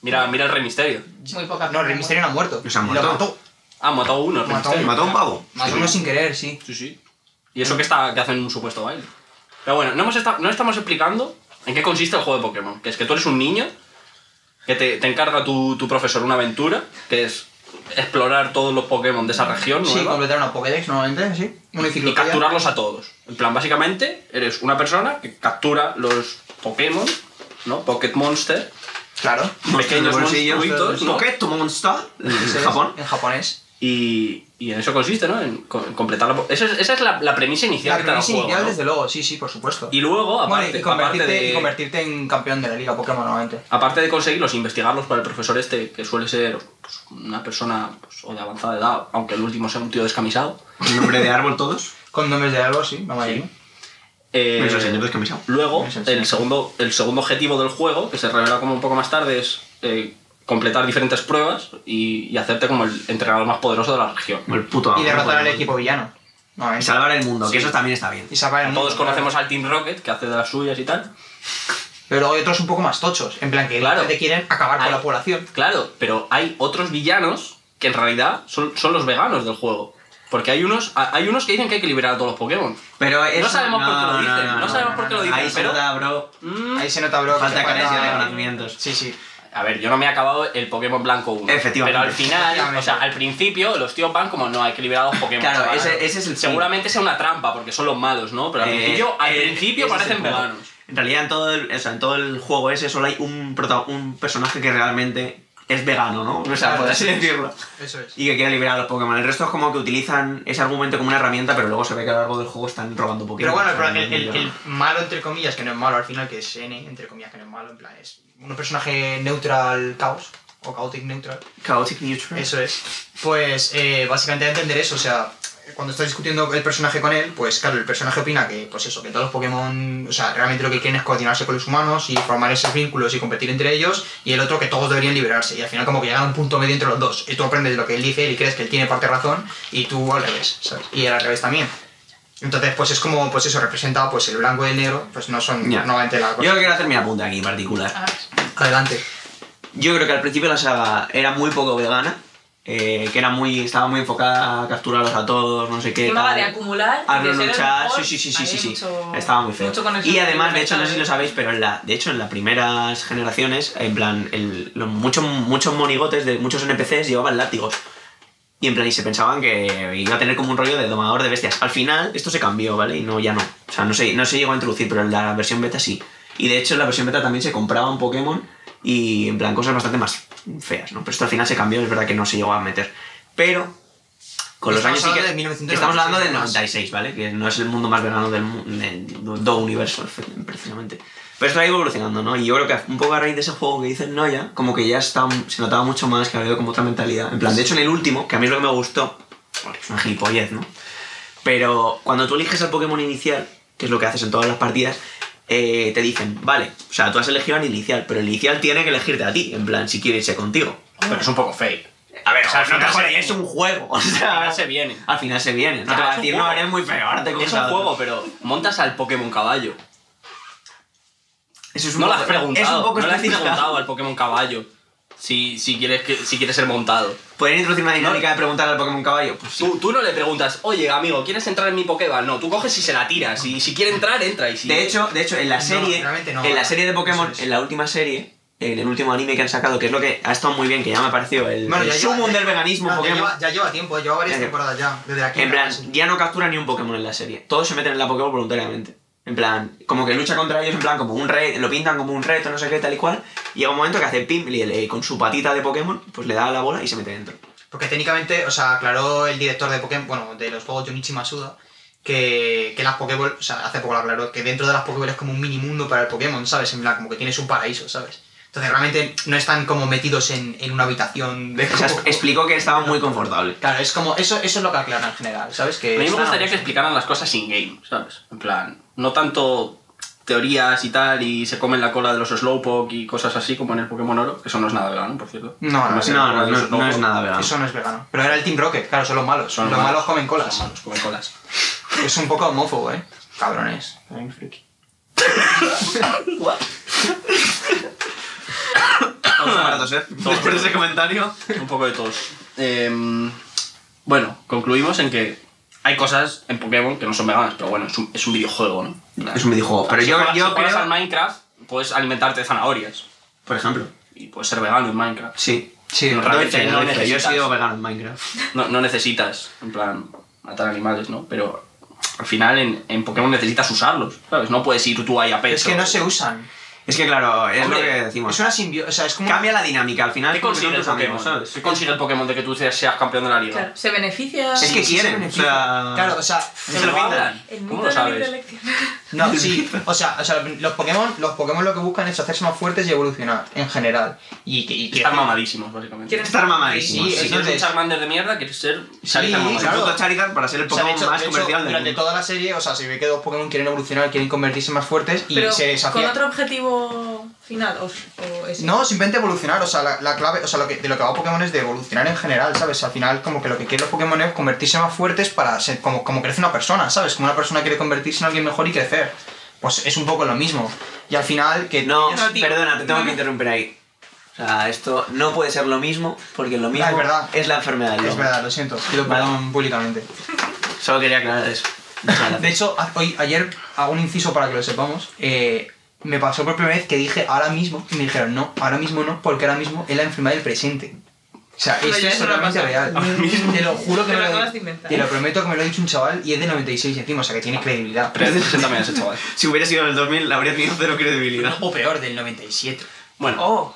B: Mira, mira el Remisterio.
D: Muy poca.
C: No, Rey Mysterio no ha muerto.
F: Pues ha
C: Lo
F: muerto.
C: mató.
B: Ah, mató a uno, el
C: Mató a
B: Remisterio.
F: ¿Mató a un pavo?
C: Mató uno sin querer, sí.
B: Sí, sí. Y eso que, está, que hacen un supuesto baile. Pero bueno, no, hemos esta- no estamos explicando en qué consiste el juego de Pokémon. Que es que tú eres un niño, que te, te encarga tu, tu profesor una aventura, que es explorar todos los Pokémon de esa región
C: Sí,
B: nueva,
C: completar una Pokédex normalmente, sí. Una
B: y
C: enciclopedia.
B: capturarlos a todos. En plan, básicamente, eres una persona que captura los Pokémon, ¿no? Pocket Monster,
C: Claro.
B: pequeños
F: bolsillo.
B: monstruitos, ¿no?
F: Pocket Monster en
C: Sí,
F: Japón.
C: En japonés.
B: Y, y en eso consiste, ¿no? En, co- en completar la... po- Esa es, esa es la, la premisa inicial
C: La
B: que te da el
C: premisa
B: juego,
C: inicial,
B: ¿no?
C: desde luego, sí, sí, por supuesto.
B: Y luego,
C: Bueno,
B: aparte,
C: y convertirte,
B: aparte de...
C: y convertirte en campeón de la liga Pokémon normalmente.
B: Aparte de conseguirlos, e investigarlos para el profesor este, que suele ser pues, una persona pues, o de avanzada edad, aunque el último sea un tío descamisado.
F: Nombre de árbol todos.
C: Con nombres de algo, sí, la mayoría.
B: Eh,
F: Menos el señor descamisado.
B: Luego,
C: Eso sí.
B: el segundo, el segundo objetivo del juego, que se revela como un poco más tarde, es eh, completar diferentes pruebas y, y hacerte como el entrenador más poderoso de la región.
F: Como el puto
B: Ah,
F: amo,
C: Y derrotar
F: ¿no?
B: pues-
C: al equipo villano.
F: Y
C: Normalmente.
F: salvar el mundo,
B: Sí.
F: que eso también está bien.
C: Y salvar
B: Todos
C: el mundo, claro.
B: conocemos al Team Rocket, que hace de las suyas y tal.
C: Pero luego hay otros un poco más tochos. En plan que
B: Claro.
C: te quieren acabar con
B: Hay-
C: la población.
B: Claro, pero hay otros villanos que en realidad son, son los veganos del juego. Porque hay unos, hay unos que dicen que hay que liberar a todos los Pokémon.
F: Pero eso,
B: sabemos por qué lo dicen, no sabemos por qué lo dicen,
F: Ahí se
B: pero-
F: nota, bro.
B: Mm,
C: Ahí se nota, bro. que
F: Falta
C: se
F: carencia de conocimientos.
C: Sí, sí.
B: A ver, yo no me he acabado el Pokémon blanco 1.
F: Efectivamente.
B: Pero al final,
C: Efectivamente.
B: o sea, al principio los tíos van como no, hay que liberar a los Pokémon.
F: Claro,
B: chaval".
F: ese- ese es el fin.
B: Seguramente sea una trampa porque son los malos, ¿no? Pero al
F: Eh,
B: principio, al
F: eh,
B: principio
F: ese es
B: parecen
F: el juego.
B: veganos.
F: En realidad, en todo, el, o sea, en todo el juego ese solo hay un, prota- un personaje que realmente es vegano, ¿no? O sea,
C: Claro.
F: por así decirlo.
C: Eso es.
F: Y que quiere liberar a los Pokémon. El resto es como que utilizan ese argumento como una herramienta, pero luego se ve que a lo largo del juego están robando Pokémon.
C: Pero bueno,
F: O sea,
C: el, el-
F: no
C: el-
F: lleva-
C: el malo, entre comillas, que no es malo al final, que es N, entre comillas, que no es malo, en plan, es un personaje neutral caos, o chaotic neutral,
F: Chaotic Neutral.
C: eso es. Pues eh, básicamente hay que entender eso, o sea, cuando estás discutiendo el personaje con él, pues claro, el personaje opina que, pues eso, que todos los Pokémon, o sea, realmente lo que quieren es coordinarse con los humanos y formar esos vínculos y competir entre ellos, y el otro que todos deberían liberarse, y al final como que llegan a un punto medio entre los dos, y tú aprendes lo que él dice y crees que él tiene parte razón, y tú al revés, ¿sabes? Y él al revés también. Entonces, pues es como, pues eso, representa pues el blanco y el negro, pues no son
F: Ya.
C: normalmente la cosa.
F: Yo quiero hacer mi apunte aquí en
D: Ah,
F: particular.
D: A ver.
C: Adelante.
F: Yo creo que al principio la saga era muy poco vegana. eh, que era muy, estaba muy enfocada a capturarlos a todos, no sé qué.
A: Encima va
F: tal.
A: de acumular.
F: a
A: de
F: Ah, no
A: ser el
F: luchar,
A: mejor,
F: sí, sí, sí, sí,
A: ahí
F: sí, sí.
A: mucho-
F: estaba muy feo.
A: mucho conexión
F: Y además, de hecho, no sé si
A: mental.
F: lo sabéis, pero en la, de hecho, en las primeras generaciones, en plan, el- los muchos, muchos monigotes de muchos NPCs llevaban látigos. Y en plan, y se pensaban que iba a tener como un rollo de domador de bestias. Al final, esto se cambió, ¿vale? Y no, ya no. O sea, no se, no se llegó a introducir, pero en la versión beta sí. Y de hecho, en la versión beta también se compraba un Pokémon y en plan, cosas bastante más feas, ¿no? Pero esto al final se cambió, es verdad que no se llegó a meter. Pero, con los
C: Estamos
F: años sí que.
C: hablando de 1996,
F: estamos hablando del
C: además.
F: 96, ¿vale? Que no es el mundo más verano del, mu- del do universo, precisamente. Pero esto ha ido evolucionando, ¿no? Y yo creo que un poco a raíz de ese juego que dices Noya, como que ya está, se notaba mucho más que había como otra mentalidad. En plan, de hecho, en el último, que a mí es lo que me gustó, bueno, es una gilipollez, ¿no? Pero cuando tú eliges al Pokémon inicial, que es lo que haces en todas las partidas, eh, te dicen, vale, o sea, tú has elegido al inicial, pero el inicial tiene que elegirte a ti, en plan, si quiere irse contigo.
B: Pero es un poco fake.
F: A ver, o sea,
B: al
F: no
B: final
F: te
B: se-
F: jodas, es un juego. O sea,
B: final se viene.
F: Al final se viene. No
B: Ya,
F: te va
B: Ah, es
F: a
B: un
F: decir, no,
B: juego.
F: eres muy feo, ahora te coges
B: Es
F: a
B: un
F: otro".
B: juego, pero montas al Pokémon caballo.
F: Eso es un
B: No lo
F: poco-
B: has preguntado.
F: Es un poco
B: no le has
F: específico.
B: preguntado al Pokémon caballo si, si, quieres que, si quieres ser montado.
F: ¿Pueden introducir una dinámica de preguntar al Pokémon caballo? Pues sí.
B: Tú, tú no le preguntas, oye, amigo, ¿quieres entrar en mi Pokéball? No, tú coges y se la tiras. Y si quiere entrar, entra. Y si...
F: De hecho, de hecho, en la
C: No,
F: serie,
C: realmente no.
F: en la serie de Pokémon,
C: Eso es.
F: en la última serie, en el último anime que han sacado, que es lo que ha estado muy bien, que ya me pareció el,
C: Bueno,
F: el
C: ya lleva-
F: sumum del veganismo
C: No, ya,
F: Pokémon.
C: lleva, ya lleva tiempo, eh, lleva varias
F: Ya lleva.
C: temporadas ya. Desde aquí.
F: En plan, ya no captura ni un Pokémon en la serie. Todos se meten en la Pokémon voluntariamente. En plan, como que lucha contra ellos, en plan, como un reto, lo pintan como un reto, no sé qué, tal y cual. Y llega un momento que hace pim, y le- con su patita de Pokémon, pues le da la bola y se mete dentro.
C: Porque técnicamente, o sea, aclaró el director de Pokémon, bueno, de los juegos Junichi Masuda, que, que las Pokéball, o sea, hace poco lo aclaró, que dentro de las Pokéball es como un mini mundo para el Pokémon, ¿sabes? En plan, como que tiene su paraíso, ¿sabes? Entonces realmente no están como metidos en, en una habitación de...
F: O sea, es- explicó que estaba muy confortable.
C: Claro, es como, eso, eso es lo que aclaran en general, ¿sabes? Que
B: A mí me
C: están-
B: gustaría que explicaran las cosas in-game, ¿sabes? En plan, no tanto teorías y tal, y se comen la cola de los Slowpoke y cosas así, como en el Pokémon Oro, que eso no es nada vegano, por cierto.
C: No, no,
B: Comerse la
F: No,
B: cola
F: no,
B: de los
F: no, no es
B: Slowpoke.
F: nada verdad.
C: Eso no es vegano. Pero era el Team Rocket, claro, son los malos.
B: Son
C: los malos, comen colas.
B: Son malos, comen colas.
C: Es un poco homófobo, ¿eh? Cabrones. Soy un friki.
F: Después de ese comentario.
B: Un poco de tos. Em, bueno, concluimos en que hay cosas en Pokémon que no son veganas, pero bueno, es un, es un videojuego, ¿no?
F: Es un videojuego. Pero
B: Si
F: yo,
B: juegas- si
F: yo
B: juegas
F: creo.
B: al Minecraft, puedes alimentarte de zanahorias.
F: Por ejemplo.
B: Y puedes ser vegano en Minecraft.
F: Sí.
C: Sí,
B: No,
F: Doy
B: realmente
F: fe,
B: no
F: doy fe. Yo he
B: necesitas.
F: sido vegano en Minecraft.
B: No, no necesitas, en plan, matar animales, ¿no? Pero al final en, en Pokémon necesitas usarlos, ¿sabes? No puedes ir tú ahí a pecho.
C: es que no se usan.
F: Es que claro, es
B: Hombre,
F: lo que decimos.
C: Es una simbiosis, o sea, es como...
F: Cambia la dinámica al final.
B: ¿Qué
F: como que son
B: consigue el
F: tus amigos,
B: Pokémon?
F: ¿sabes?
B: ¿Qué consigue el Pokémon de que tú seas, seas campeón de la liga?
D: Claro, se beneficia.
F: Es
C: Sí, sí,
F: que
C: se
F: quieren. O
C: beneficia.
F: sea.
C: Claro, o sea...
B: ¿Se lo pintan?
D: El mito
B: ¿Cómo lo
D: de la libre
B: sabes?
D: elección.
C: No, sí. O sea, o sea, los Pokémon, los Pokémon lo que buscan es hacerse más fuertes y evolucionar, en general. Y que... y que-
B: Están mamadísimos, básicamente.
D: Quieren-
F: Estar mamadísimos.
C: Sí,
B: Si
F: Sí,
B: quieres
C: entonces-
B: un Charmander de mierda, quieres ser
F: Charizard
B: Charizard
C: Sí,
F: mamadísimo.
B: mamadísimo.
C: claro.
F: Puto Charizard para ser el
C: O sea, de
F: Pokémon
C: hecho-
F: más
C: de hecho,
F: comercial del
C: durante
F: mundo.
C: toda la serie, o sea, se ve que dos Pokémon quieren evolucionar, quieren convertirse más fuertes y
D: Pero
C: se
D: con
C: desafían.
D: otro objetivo final o, o ese.
C: No, simplemente evolucionar, o sea, la, la clave, o sea, lo que, de lo que va Pokémon es de evolucionar en general, ¿sabes? Al final, como que lo que quieren los Pokémon es convertirse más fuertes para ser, como, como crece una persona, ¿sabes? Como una persona quiere convertirse en alguien mejor y crecer. Pues es un poco lo mismo. Y al final, que
F: No,
C: es-
F: perdona, te tengo que interrumpir ahí. O sea, esto no puede ser lo mismo, porque lo mismo
C: es verdad.
F: es la enfermedad del
C: Es
F: lobo.
C: verdad, lo siento, pido perdón públicamente.
F: Solo quería aclarar eso. Muchas gracias.
C: De hecho, a- hoy, ayer, hago un inciso para que lo sepamos, eh, me pasó por primera vez que dije ahora mismo, y me dijeron no, ahora mismo no, porque ahora mismo es la enfermedad del presente. O sea,
A: Pero
C: esto
A: ya
C: es
A: eso no
C: totalmente
A: pasa.
C: real. Te lo juro que
D: Te
C: me
D: lo
C: lo,
D: acabas de inventar.
C: te lo prometo que me lo ha dicho un chaval y es de 96 encima, o sea que tiene credibilidad.
B: también ese chaval.
F: Si hubiera sido en el 2000, habría tenido cero credibilidad.
C: O peor, del 97.
B: Bueno,
C: Oh.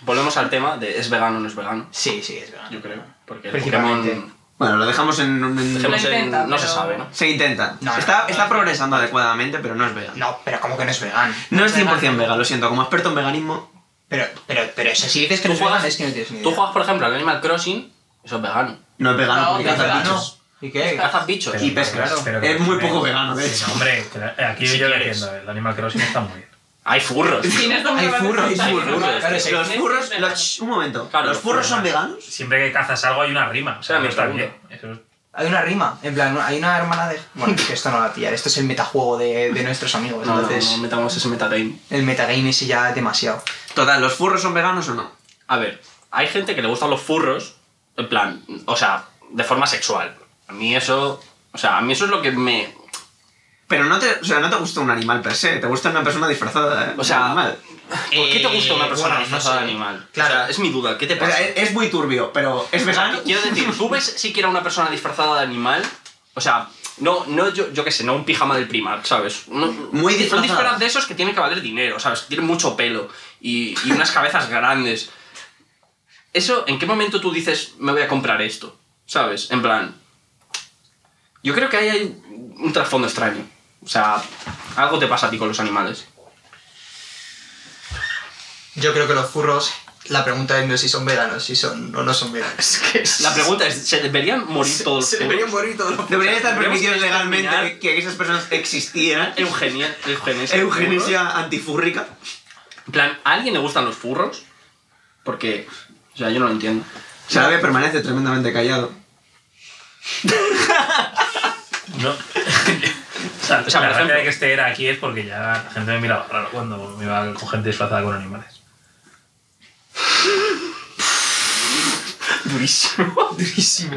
B: volvemos al tema de es vegano o no es vegano.
C: Sí, sí, es verdad.
B: Yo creo. Porque el
C: Principalmente.
B: Pokémon.
F: Bueno, lo dejamos en... un- en-
B: dejemos
D: Lo
B: en-
D: intenta,
B: no se
D: pero-
B: sabe, ¿no?
F: Se intenta.
C: No, no,
F: está
C: no,
F: está
C: no.
F: progresando adecuadamente, pero no es vegano.
C: No, pero como que no es vegano.
F: No es 100% vegano, lo siento. Como experto en veganismo...
C: Pero, pero, pero eso, si dices que
B: Tú
C: no es vegano,
B: juegas-
C: es que no tienes ni idea.
B: Tú juegas, por ejemplo, al Animal Crossing, eso es vegano.
F: No es vegano
D: No,
F: porque
D: no es
F: caza
C: Ah, no.
F: bichos.
C: ¿Y qué?
B: Cazas bichos.
F: Y pesca. Es muy poco vegano, de
E: Sí,
F: hecho.
E: no, hombre, que la- aquí
B: Si
E: yo le
B: quieres.
E: entiendo. El Animal Crossing está muy bien.
B: Hay furros. tío.
D: Sí, no está muy
C: Hay
D: mal
C: furros,
D: pensado.
B: hay furros.
C: Claro, sí.
F: Los furros...
D: vegano.
F: los- un momento.
B: Claro,
F: ¿Los
B: los
F: furros son
E: Además,
F: veganos?
E: Siempre que cazas algo hay una rima. O sea,
B: Era
E: no
B: mi
E: está bien.
B: pregunta.
E: Eso es-
C: Hay una rima, en plan, hay una hermana de... Bueno, es que esto no la pillar, esto es el metajuego de, de nuestros amigos,
B: No, no,
C: entonces
B: no metamos ese metagame.
C: el metagame ese ya es demasiado.
F: Total, ¿los furros son veganos o no?
B: A ver, hay gente que le gustan los furros En plan, o sea, de forma sexual. A mí eso. O sea, a mí eso es lo que me.
F: Pero no te, o sea, no te gusta un animal per se, te gusta una persona disfrazada, ¿eh?
B: O sea,
F: animal.
B: ¿Por qué te gusta una
C: Eh,
B: persona
C: bueno,
B: disfrazada
C: no sé.
B: de animal?
C: Claro.
B: O sea, es mi duda, ¿qué te
F: O
B: pasa?
F: sea, es, es muy turbio, pero es
B: O sea,
F: vegano.
B: quiero decir, ¿tú ves siquiera una persona disfrazada de animal? O sea, no, no yo, yo qué sé, no un pijama del primar, ¿sabes? No-
F: Muy
B: Un
F: disfrazada.
B: disfraz de esos que tiene que valer dinero, ¿sabes? Que tiene mucho pelo y, y unas cabezas grandes. Eso, ¿en qué momento tú dices, me voy a comprar esto? ¿Sabes? En plan... Yo creo que ahí hay un trasfondo extraño. O sea, algo te pasa a ti con los animales.
C: Yo creo que los furros, la pregunta es no si son veganos, si son o no son veganos.
B: La pregunta es, ¿se deberían morir todos
C: Se
B: los
C: deberían
B: furros?
C: morir todos los
F: pues, Deberían estar
B: Tendríamos que
F: permitidos legalmente
B: exterminar-
F: que esas personas existieran.
B: Eugenia, eugenesia.
F: Eugenesia antifúrrica.
B: En plan, ¿a alguien le gustan los furros? Porque, o sea, yo no lo entiendo.
F: Sarabia permanece tremendamente callado.
E: No. O sea,
B: O sea,
E: la
B: por
E: gracia
B: ejemplo-
E: de que este era aquí es porque ya la gente me miraba raro cuando me iba con gente disfrazada con animales.
B: Durísimo.
C: Durísimo.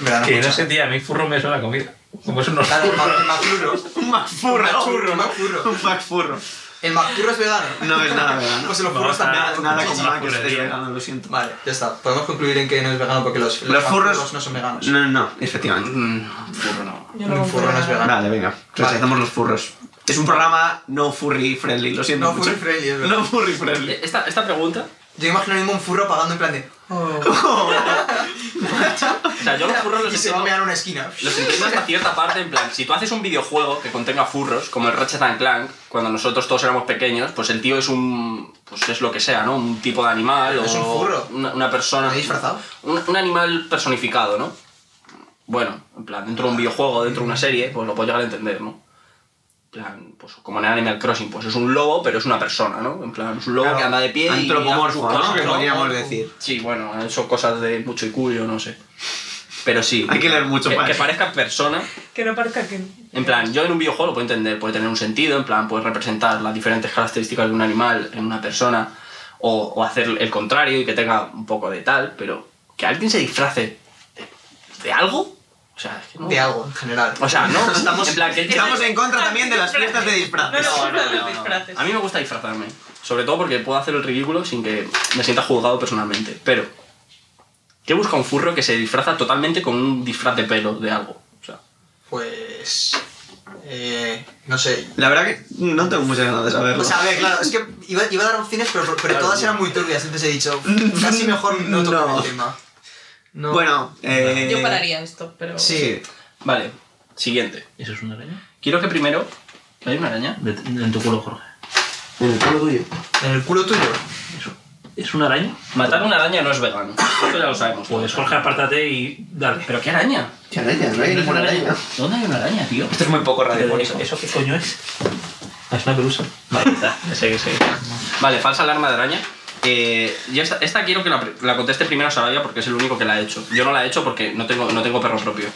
C: Vegano
E: Que no
C: mucho.
E: sé, tía, a mí furro me suena a comida. Como es unos
C: Claro, el
E: furros.
C: ma- el macfurro.
F: Un macfurro.
C: Un macfurro,
F: Un
C: un
F: macfurro.
C: macfurro.
F: Un macfurro.
C: El macfurro es vegano.
F: No es nada vegano.
C: Pues los
E: No,
C: furros
E: está-
C: también.
F: Nada, nada
E: Es
F: como
E: una
F: nada que es
E: furrería.
F: vegano, lo siento.
C: Vale, ya está. Podemos concluir en que no es vegano porque los,
F: Los furros-
C: no son veganos.
F: No, no, efectivamente.
B: furro no.
D: Yo
C: Un Mm, furro no es vegano.
F: Vale, venga. Rechazamos los furros. Es un programa no furry friendly, lo siento.
C: No
F: mucho.
C: furry friendly, es verdad.
F: No furry friendly.
B: Eh, Esta, esta pregunta,
C: Yo imagino a ningún furro pagando en plan de. "Oh",
B: o sea, yo los furros los
C: y se va a
B: entiendo,
C: mear a una esquina.
B: los entiendo hasta cierta parte, en plan, si tú haces un videojuego que contenga furros, como el Ratchet and Clank, cuando nosotros todos éramos pequeños, pues el tío es un, pues es lo que sea, ¿no? Un tipo de animal o...
C: Es un furro.
B: Una, una persona...
C: ¿Lo he disfrazado?
B: Un, un animal personificado, ¿no? Bueno, en plan, dentro de un videojuego, dentro de una serie, pues lo puedo llegar a entender, ¿no? En plan, pues como en Animal Crossing, pues es un lobo, pero es una persona, ¿no? En plan, es un lobo
C: Claro,
B: que anda de pie y...
F: Antropomorfo,
B: hace sus
F: ¿no?
B: cosas,
F: Que
C: Antropomorfo.
F: podríamos decir.
B: Sí, bueno, son cosas de mucho y cuyo, no sé. Pero sí.
F: Hay que leer mucho
B: Que,
F: para
B: que
F: eso.
B: parezca persona.
D: Que no parezca que.
B: En plan, yo en un videojuego lo puedo entender, puede tener un sentido, en plan, puedes representar las diferentes características de un animal en una persona o, o hacer el contrario y que tenga un poco de tal, pero que alguien se disfrace de, de algo, o sea, es que no.
C: De algo, en general.
B: O sea, no,
F: Estamos,
B: en plan, que
F: estamos en contra también de las fiestas de
D: Ah, No,
F: disfraces.
D: no,
B: No, no,
D: no,
B: no,
D: disfraces.
B: no. A mí me gusta disfrazarme, sobre todo porque puedo hacer el ridículo sin que me sienta juzgado personalmente, pero ¿qué busca un furro que se disfraza totalmente con un disfraz de pelo de algo? O sea,
C: Pues. eh, no sé.
F: La verdad que no tengo muchas ganas de saberlo.
C: O sea, a ver, claro, es que iba, iba a dar opciones, pero, pero todas eran muy turbias, entonces he dicho, casi mejor no tocar
F: No.
C: el tema. No.
F: Bueno, eh...
D: Yo pararía esto, pero.
C: Sí.
B: vale, siguiente.
E: ¿Eso es una araña?
B: Quiero que primero. ¿Hay una araña?
E: en tu culo, Jorge.
F: En el pelo tuyo.
C: En el culo tuyo.
E: ¿Es una araña?
B: Matar una araña no es vegano. Esto ya lo sabemos.
E: Pues Jorge, apártate y dale.
B: ¿Pero qué araña?
F: ¿Qué araña? No hay ninguna araña.
B: ¿Dónde hay una araña, tío?
F: Esto es muy poco
E: ¿Eso,
F: radiofónico.
E: ¿Eso qué coño es? Ah, Es una pelusa.
B: Vale, está. Sí, sí. Vale, falsa alarma de araña. Eh, ya esta, esta quiero que la, pre- la conteste primero Saraya porque es el único que la ha hecho. Yo no la he hecho porque no tengo, no tengo perro propio.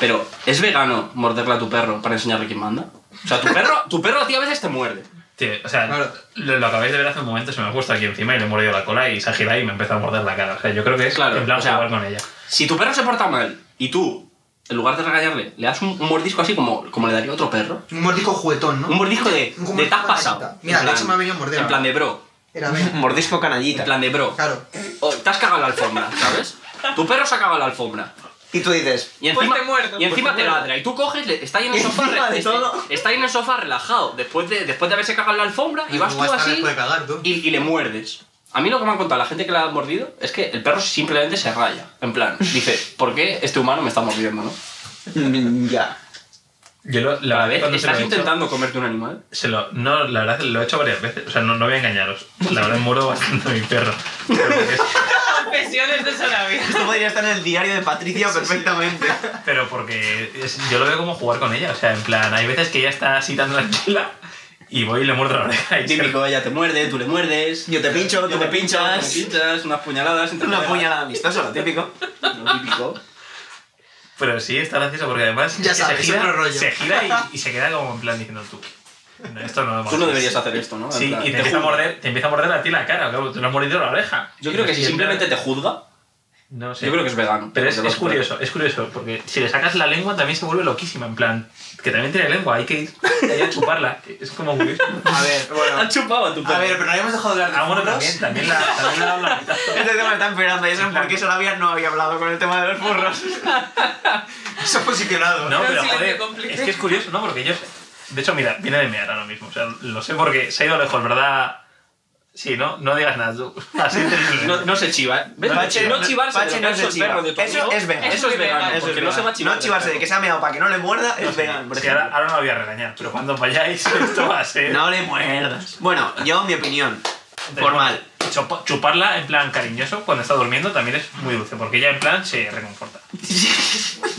B: Pero, ¿es vegano morderle a tu perro para enseñarle quién manda? O sea, tu perro, tu perro a ti a veces te muerde.
E: Tío, o sea,
C: Claro.
E: lo, lo acabáis de ver hace un momento, se me ha puesto aquí encima y le he mordido la cola y se ha girado y me ha empezado a morder la cara. O sea, yo creo que es
B: Claro,
E: en plan
B: o sea,
E: jugar con ella.
B: Si tu perro se porta mal y tú, en lugar de regañarle, le das un, un mordisco así como, como le daría a otro perro,
C: Un mordisco juguetón, ¿no?
B: Un mordisco de.
C: Un
B: de
C: mordisco
B: te has
C: de
B: pasado.
C: galleta. Mira,
B: En plan-
C: de hecho me ha venido a morder
B: En
C: ahora.
B: plan de bro.
C: Era ven.
F: Mordisco
B: En
F: canallita.
B: plan de bro.
C: Claro.
B: O, te has cagado en la alfombra, ¿sabes? Tu perro se ha cagado en la alfombra.
F: Y tú dices,
B: Y encima,
D: te muerdo.
B: y encima
F: Pues te
B: te
F: muerdo.
B: ladra. Y tú coges, le- está ahí en el
F: Y
B: sofá.
F: encima de
B: este-
F: todo.
B: Está ahí en el sofá relajado. Después de, después de haberse cagado en la alfombra. Y
C: Ay,
B: vas
C: como
B: tú
C: esta vez
B: así.
C: puede cagar, tú.
B: Y, y le muerdes. A mí lo que me han contado la gente que la ha mordido es que el perro simplemente se raya. En plan, dice, ¿por qué este humano me está mordiendo, no?
F: "Mm, ya.
E: Yo lo, la
B: Cada
E: verdad
B: vez
E: cuando se
B: estás
E: lo he hecho-
B: intentando comerte un animal.
E: Se lo, no, la verdad lo he hecho varias veces. O sea, no, no voy a engañaros. La verdad muerdo bastante a mi perro. Pero porque, es-
D: Confesiones de Sarabia.
F: Esto podría estar en el diario de Patricia perfectamente.
E: pero porque es- yo lo veo como jugar con ella. O sea, en plan, hay veces que ella está así tan tranquila y voy y le muerdo la oreja. Y se-
B: Típico, ella te muerde, tú le muerdes.
F: Yo te pincho, tú
B: Yo
F: me
B: me pincho,
F: pinchas.
B: tú me pinchas, unas puñaladas. entre
F: Una
B: colegas.
F: puñalada amistosa, lo típico.
B: Lo típico.
E: Pero sí, está gracioso porque además
C: Ya
E: es que
C: sabes,
E: se gira,
C: otro rollo.
E: se gira y, y se queda como en plan diciendo tú. no, Esto no lo
B: Tú no
E: haces".
B: deberías hacer esto, ¿no? En
E: Sí,
B: plan,
E: y te,
B: te
E: empieza a
B: juzga.
E: morder, te empieza a morder a ti la cara, claro, te lo has mordido la oreja.
B: Yo creo que si
E: Y en plan-
B: simplemente te juzga,
E: No sé.
B: Yo creo que es vegano.
E: Pero es,
B: porque
E: es
B: lo-
E: curioso, es curioso, porque si le sacas la lengua también se vuelve loquísima, en plan, que también tiene lengua, hay que ir hay que chuparla. Es como curioso.
C: A ver, bueno.
B: Ha chupado a tu perro.
C: A ver, pero no habíamos dejado de hablar de
E: Ah, bueno,
C: furros.
E: también, también la, también la habla.
F: Este tema está empeorando y eso es porque Solavia no había hablado con el tema de los furros.
C: Se ha posicionado.
A: Era
E: No,
A: un
E: pero
A: silencio
E: joder,
A: cómplice.
E: es que es curioso, ¿no? Porque ellos... De hecho, mira, viene de mear ahora mismo, o sea, lo sé porque se ha ido lejos, ¿verdad? Sí, ¿no? No digas nada tú. Así terrible.
B: No, no se chiva, ¿eh? ¿Ves?
F: Pache,
B: no chivarse
F: Pache
B: del
F: no
B: ganso
F: se
B: al
F: chiva.
B: perro de tu
F: Eso
B: amigo,
F: es vegano.
B: Eso es vegano,
A: Eso
F: Eso
B: porque
F: es
B: no
F: vegano.
B: se va a chivar.
F: No chivarse de que se ha meado para que no le muerda es vegano, por
E: Sí, ahora,
F: ejemplo.
E: ahora no lo voy a regañar, pero cuando vayáis esto va a ser...
F: No le muerdas. Bueno, yo mi opinión. Formal.
E: Chupa- Chuparla en plan cariñoso cuando está durmiendo también es muy dulce, porque ella en plan se reconforta.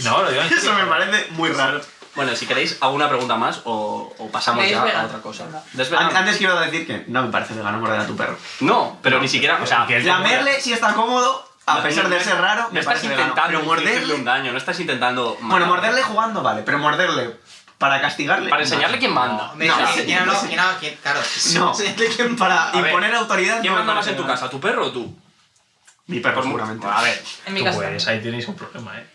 E: No, lo digo en
F: Eso me
E: serio.
F: parece muy raro.
B: Bueno, si queréis, alguna pregunta más o, o pasamos
A: ¿Es
B: ya a
A: vegano?
B: otra cosa.
A: Venga.
B: ¿Es vegano?
F: An- Antes quiero decir que no me parece vegano morder a tu perro.
B: No, pero ni siquiera, o sea,
E: Que es de
F: Lamerle si está cómodo, a
B: No,
F: pesar
B: no,
F: de
B: no,
F: ser raro,
B: no
F: me
B: estás
F: parece vegano.
B: intentando
F: Pero
B: infligirle un
F: morderle...
B: daño, no estás intentando...
F: Bueno,
B: matarle.
F: morderle jugando vale, pero morderle para castigarle...
B: Para enseñarle quién manda.
C: Hombre,
B: No,
C: sí,
B: o sea,
C: sí, no, no, no, que- claro.
F: No.
C: Sí.
F: Para
B: ver,
F: imponer autoridad...
B: ¿Quién
F: no me
B: manda más
F: parece
B: en tu
F: vegano.
B: casa, tu perro o tú?
F: Mi perro,
B: Pues,
F: seguramente.
B: A ver,
A: En mi
E: Tú,
A: casa.
E: pues ahí tenéis un problema, ¿eh?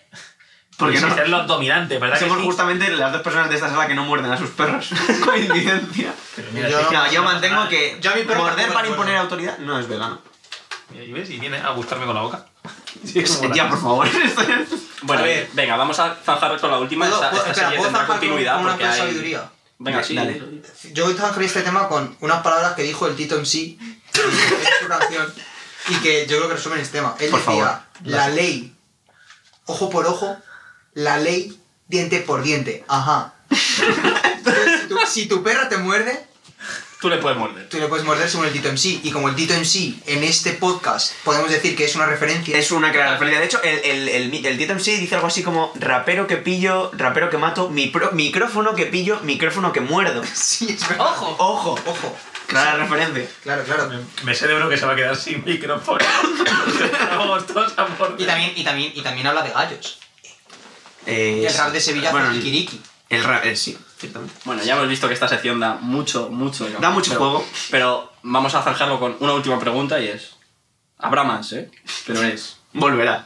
F: Porque
E: Porque
F: no...
E: no ser los dominantes, ¿verdad? que
F: Somos
E: sí?
F: justamente las dos personas de esta sala que no muerden a sus perros. Coincidencia.
E: Pero mira,
C: Yo-
E: sí,
F: No, yo
E: no
F: mantengo
E: pasa
F: que
C: Yo a mi perro
F: morder
C: tampoco
F: para
C: le
F: imponer
C: muerdo.
F: autoridad no es vegano.
E: nada. Y ves, y viene a gustarme con la boca.
F: Ya, por favor.
B: bueno,
C: A ver.
B: venga, vamos a zanjar con la última.
C: ¿Puedo-
B: esta
C: puedo-
B: esta
C: espera,
B: serie
C: ¿puedo
B: tendrá
C: zanjar con-
B: continuidad
C: con una
B: porque
C: cosa
B: hay...
C: de sabiduría?
B: Venga, sí.
F: Dale.
C: Yo voy a trabajar este tema con unas palabras que dijo el Tito en sí, en su canción, y que yo creo que resumen este tema. Él
F: Por
C: decía,
F: favor,
C: la ley, ojo por ojo, la ley, diente por diente. Ajá. Entonces, si, tu, si tu perra te muerde,
B: Tú le puedes morder.
C: tú le puedes morder según el Tito en sí. Y como el Tito en sí, en este podcast, podemos decir que es una referencia.
F: Es una clara referencia. De hecho, el, el, el, el Tito MC dice algo así como rapero que pillo, rapero que mato, mi pro- micrófono que pillo, micrófono que muerdo.
C: Sí, es verdad.
A: ¡Ojo!
F: Ojo,
C: Ojo.
F: clara referencia.
C: Claro, claro.
E: Me sé de uno que se va a quedar sin micrófono. Vamos todos a por...
C: Y también, y también, y también habla de gallos.
F: Eh,
C: Y el rap de Sevilla
F: bueno,
C: hace kikiriki.
F: El rap, eh, sí, ciertamente.
B: Bueno, ya hemos visto que esta sección da mucho, mucho...
F: Da mucho
B: pero-
F: juego.
B: Pero vamos a zanjarlo con una última pregunta y es... Habrá más, ¿eh? Pero es...
F: Volverá.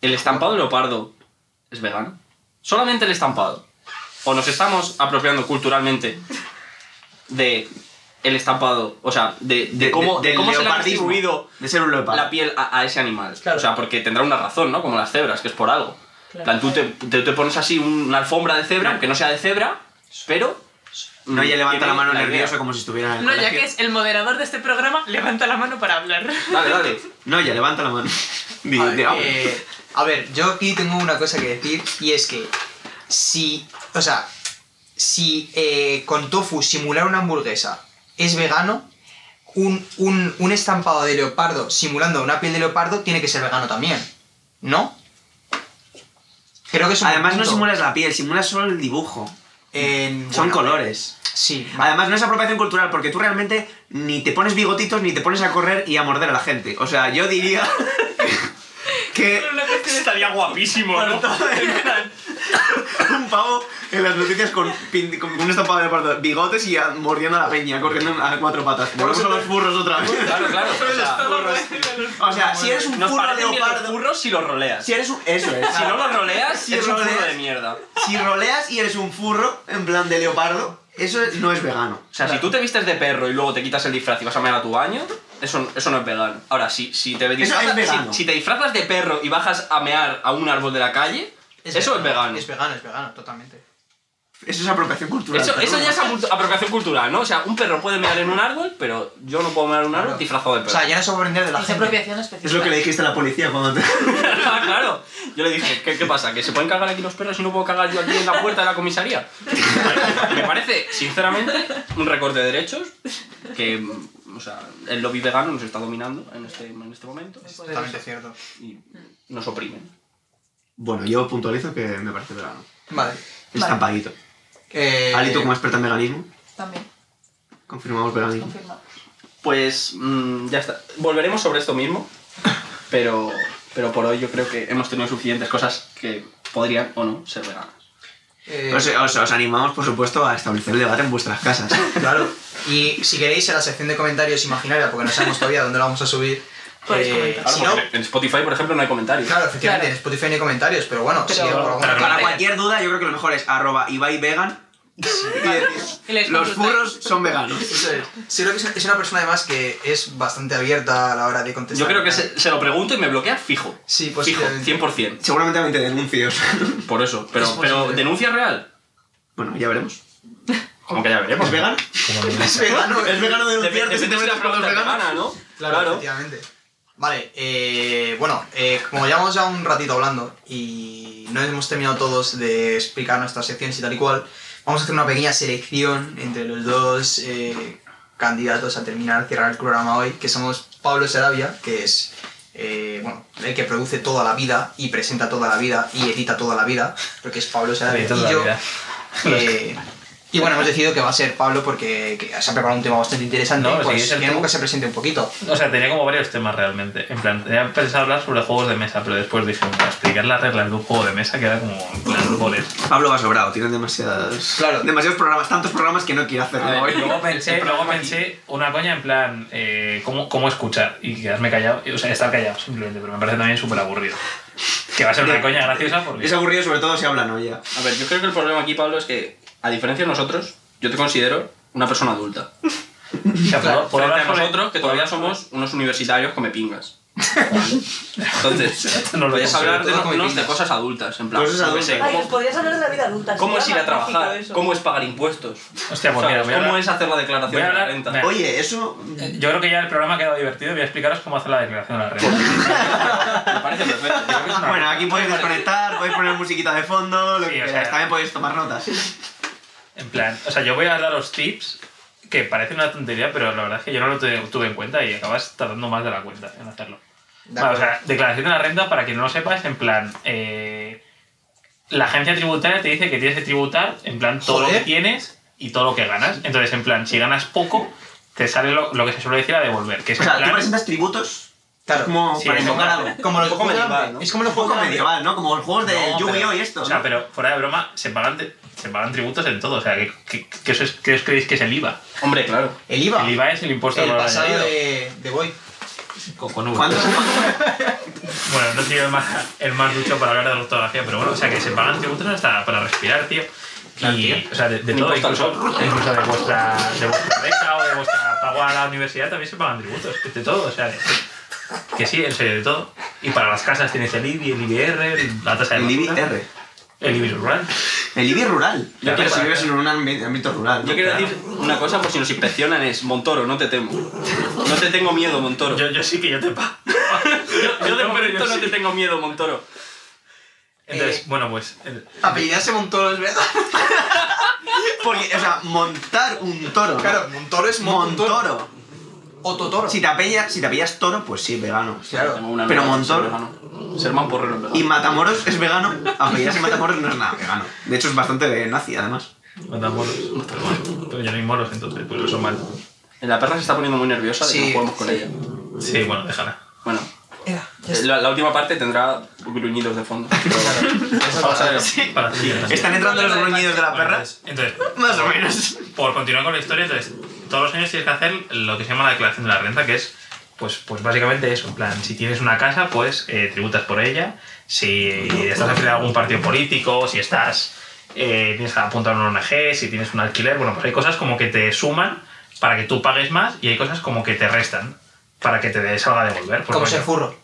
B: ¿El estampado leopardo es vegano? ¿Solamente el estampado? ¿O nos estamos apropiando culturalmente de el estampado? O sea, de, de cómo, de,
F: del
B: cómo se le ha
F: leopardismo,
B: distribuido
F: De ser un leopardo.
B: la piel a, a ese animal.
D: Claro.
B: O sea, porque tendrá una razón, ¿no? Como las cebras, que es por algo. En
D: Claro.
B: plan, tú te, te- te pones así una alfombra de cebra, aunque no sea de cebra, pero...
F: No, ella levanta la mano nerviosa
B: nerviosa
F: como si estuviera en el
D: No, ya
F: colegio.
D: que es el moderador de este programa, levanta la mano para hablar.
B: Dale, dale.
F: No, ya levanta la mano. Di-
C: A ver,
F: di- ah,
C: eh, a ver, yo aquí tengo una cosa que decir y es que si, o sea, si eh, con tofu simular una hamburguesa es vegano, un, un- un estampado de leopardo simulando una piel de leopardo tiene que ser vegano también, ¿no? Creo que es un buen
F: Además no
C: punto.
F: simulas la piel, simulas solo el dibujo.
C: En-
F: Son
C: bueno,
F: colores.
C: Sí, vale.
F: Además no es apropiación cultural porque tú realmente ni te pones bigotitos ni te pones a correr y a morder a la gente. O sea, yo diría que
E: este
B: Estaría guapísimo, ¿no?
F: un pavo en las noticias con, pin- con un estampado de leopardo, bigotes y a- mordiendo a la peña, corriendo a cuatro patas. Volvemos a los furros otra vez.
B: Claro, claro. O sea,
F: O sea, si eres un
B: nos
F: furro
B: parecen bien los
F: leopardo,
B: furros si los roleas.
F: si eres un eso es.
B: Si no lo roleas, sí
F: Si
B: es un
F: roleas-
B: furro de mierda. O
F: Si roleas y eres un furro en plan de leopardo, eso es- no es vegano.
B: sea, si tú te vistes de perro y luego te quitas el disfraz y vas a mear a tu baño, eso, eso no es vegano. Ahora, si, si, te disfrazas,
F: es vegano.
B: si, si te disfrazas de perro y bajas a mear a un árbol de la calle, eso es vegano.
C: Es vegano, es vegano, totalmente.
F: Eso es apropiación cultural.
B: Eso, eso
F: perdón.
B: ya es apu- apropiación cultural, ¿no? O sea, un perro puede mear en un árbol, pero yo no puedo mear en un árbol disfrazado de
C: O
B: perro.
C: sea, ya no se va a aprender de la
D: Es
C: gente.
D: apropiación
F: Es lo
D: específica.
F: que le dijiste a la policía cuando te...
B: Ah, claro. Yo le dije, ¿qué, qué pasa? ¿Que se pueden cagar aquí los perros y no puedo cagar yo aquí en la puerta de la comisaría? Me parece, sinceramente, un recorte de derechos que, mm, o sea, el lobby vegano nos está dominando en este, en este momento
C: Totalmente cierto.
B: y nos oprimen.
F: Bueno, yo puntualizo que me parece vegano.
C: Vale.
F: Estampadito.
C: Eh,
F: Ali, tú como experta en veganismo,
D: También,
F: confirmamos veganismo.
D: confirmado.
B: Pues mm, ya está. Volveremos sobre esto mismo, pero, pero por hoy yo creo que hemos tenido suficientes cosas que podrían o no ser veganas.
C: eh,
F: Os, os- os animamos, por supuesto, a establecer el debate en vuestras casas.
C: Claro. Y si queréis, en la sección de comentarios imaginaria, porque no sabemos todavía dónde la vamos a subir,
D: Podéis
C: Eh,
D: comentar.
B: Claro,
C: si
B: porque
C: no,
B: en Spotify, por ejemplo, no hay comentarios.
C: claro, efectivamente,
D: Claro.
C: en Spotify no hay comentarios, pero bueno,
D: Pero-
C: si por alguna
E: Claro.
F: Para
C: parte-
F: cualquier duda, yo creo que lo mejor es arroba Ibai vegan. y decir,
A: Y les
F: los
A: consultáis.
F: burros son veganos.
C: Sí, creo que es- es una persona además que es bastante abierta a la hora de contestar.
B: Yo creo que se, se lo pregunto y me bloquea fijo.
C: Sí,
B: Fijo,
C: posiblemente.
B: 100%.
F: Seguramente 20 denuncios.
B: Por eso. Pero,
C: Es
B: pero
C: posible.
B: denuncia real.
F: bueno, ya veremos.
B: Como que ya veremos.
F: ¿Es vegano?
C: Es vegano.
F: Es vegano
B: Dep-
F: denunciarte
B: Depende
F: si te
B: de
F: metes
B: la
F: con los
B: pregunta
F: veganos.
B: vegana, ¿no?
C: Claro, efectivamente. Vale, eh, bueno, eh, como llevamos ya un ratito hablando y no hemos terminado todos de explicar nuestras secciones y tal y cual, vamos a hacer una pequeña selección entre los dos eh, candidatos a terminar, cerrar el programa hoy, que somos Pablo Sarabia, que es eh, bueno, el que produce toda la vida y presenta toda la vida y edita toda la vida, porque es Pablo Sarabia.
E: Toda
C: y
E: la
C: yo,
E: vida.
C: eh, y bueno, hemos decidido que va a ser Pablo porque que se ha preparado un tema bastante interesante.
E: No,
C: y pues
E: si es el
C: queremos
E: tú.
C: que se presente un poquito.
E: O sea, tenía como varios temas realmente. En plan, tenía pensado hablar sobre juegos de mesa, pero después dije, "Mira, explicar las reglas de un juego de mesa queda como en plan goles.
F: Pablo va sobrado, tiene demasiadas,
C: Claro.
F: demasiados programas, tantos programas que no quiere hacerlo
B: A ver,
F: hoy.
E: Luego pensé,
B: El
E: luego
B: programa
E: pensé una coña en plan, eh, ¿cómo, ¿cómo escuchar? Y quedarme callado, o sea, estar callado simplemente, pero me parece también súper aburrido. Que va a ser una coña graciosa porque...
F: Es aburrido sobre todo si hablan hoy ya.
B: A ver, yo creo que el problema aquí, Pablo, es que, a diferencia de nosotros, yo te considero una persona adulta.
E: O sea, por- por
B: Frente
E: hablar
B: a
E: sobre-
B: nosotros, que
E: por
B: todavía
E: hablar sobre-
B: somos unos universitarios come pingas. Entonces,
E: No lo
B: podrías
E: considero,
B: hablar de,
C: todo come
B: unos de
C: pingas.
B: cosas adultas, en plan,
F: Cosas
B: yo qué sé,
F: adultas.
G: Ay,
B: ¿cómo,
G: os podrías hablar de la vida adulta.
B: cómo es ir
G: sería
B: a trabajar?
G: magnífico eso.
B: ¿Cómo es pagar impuestos?
E: Hostia,
B: ¿Sabes?
E: pues mira, voy a
B: ¿Cómo
E: hablar-
B: es hacer la
E: voy
B: declaración
E: a
B: de la
E: hablar-
B: renta?
E: mira,
F: Oye, eso...
E: Yo creo que ya el programa ha quedado divertido y voy a explicaros cómo hacer la declaración de la renta.
B: Me parece perfecto.
F: Bueno, aquí podéis desconectar, podéis poner musiquita de fondo, lo
E: Sí,
F: que
E: o sea-
F: queráis. También podéis tomar notas.
E: En plan, o sea, yo voy a daros tips que parece una tontería, pero la verdad es que yo no lo tuve, tuve en cuenta y acabas tardando más de la cuenta en hacerlo.
C: De
E: Vale, o
C: acuerdo.
E: sea, declaración de la renta, para quien no lo sepa, es en plan. eh, la agencia tributaria te dice que tienes que tributar en plan todo lo
C: Joder.
E: que tienes y todo lo que ganas. Entonces, en plan, si ganas poco, te sale lo, lo que se suele decir a devolver, que es
F: O
E: en
F: sea, tú
E: plan.
F: presentas tributos
C: Claro.
F: como
E: Sí,
F: para
E: es
F: invocar
E: como-
F: algo.
C: Como los juegos de hambre,
F: ¿no?
C: Es como los
F: Un
C: juegos
F: poco
C: de hambre.
F: medieval, ¿no? Como los juegos de
E: No,
F: Yu-Gi-Oh
E: pero-
F: y esto.
E: O sea,
F: ¿no?
E: pero fuera de broma, se pagan, de- se pagan tributos en todo. O sea, ¿qué, qué- qué os, qué os creéis que es el IVA?
B: Hombre, claro.
C: El IVA.
F: Ah.
E: El IVA es el impuesto
C: El
E: sobre valor
C: pasado
E: añadido.
C: de, de Boy.
E: Con- con V.
F: ¿Cuántos?
E: Bueno, no soy el más, el más ducho para hablar de la ortografía, pero bueno, o sea, que se pagan tributos hasta para respirar, tío. Y, o sea, de, de
B: Ni
E: todo,
B: impuesto al
E: incluso, incluso de vuestra, de vuestra beca o de vuestra pago a la universidad también se pagan tributos, de todo, o sea, de- que sí, en serio, de todo. Y para las casas tienes el IBI, el IBR, la tasa de
F: El IBI
E: basura,
F: R.
E: el IBI rural.
F: El IBI rural.
E: Yo
F: Pero
E: quiero-
F: si vives en un ambi- ámbito rural. ¿no?
B: Yo quiero decir una cosa por si nos inspeccionan es Montoro, no te temo. No te tengo miedo, Montoro.
E: Yo, yo sí que yo te pago.
B: Yo, yo de
E: No, pero
B: momento
E: yo
B: no
E: sí.
B: te tengo miedo, Montoro.
F: Eh.
E: Entonces, bueno, pues... el-
C: Ah, Apellidarse Montoro es verdad.
F: Porque, o sea, montar un toro. ¿no?
C: Claro, Montoro es Montoro.
F: Montoro.
C: O Totoro.
F: Si te, apellas, si te apellas toro, pues sí, vegano.
B: Tengo
C: Claro.
B: una
F: Pero
B: novia que es
F: Montoro.
B: vegano. Sermán Porrero es vegano.
F: Y Matamoros es vegano. Apellidarse Matamoros no es nada vegano. De hecho, es bastante nazi, además.
E: Matamoros. Pero yo no hay moros, entonces, pues eso mal.
B: La perra se está poniendo muy nerviosa de que
C: Sí,
B: no jugamos con ella.
E: Sí, bueno, déjala.
B: Bueno,
C: Era, ya
B: eh,
C: está.
B: la, la última parte tendrá gruñidos de fondo. Vamos a ver.
E: Para ti, para ti.
F: ¿Están entrando los gruñidos de la
E: Bueno,
F: perra?
E: entonces- entonces,
F: Más o menos.
E: por continuar con la historia, entonces, todos los años tienes que hacer lo que se llama la declaración de la renta, que es, pues, pues básicamente eso, en plan, si tienes una casa, pues eh, tributas por ella, si estás afiliado a algún partido político, si estás, eh, tienes apuntado a una ONG, si tienes un alquiler, bueno, pues hay cosas como que te suman para que tú pagues más y hay cosas como que te restan para que te salga a devolver. Pues,
C: Como
E: coño,
C: ser furro.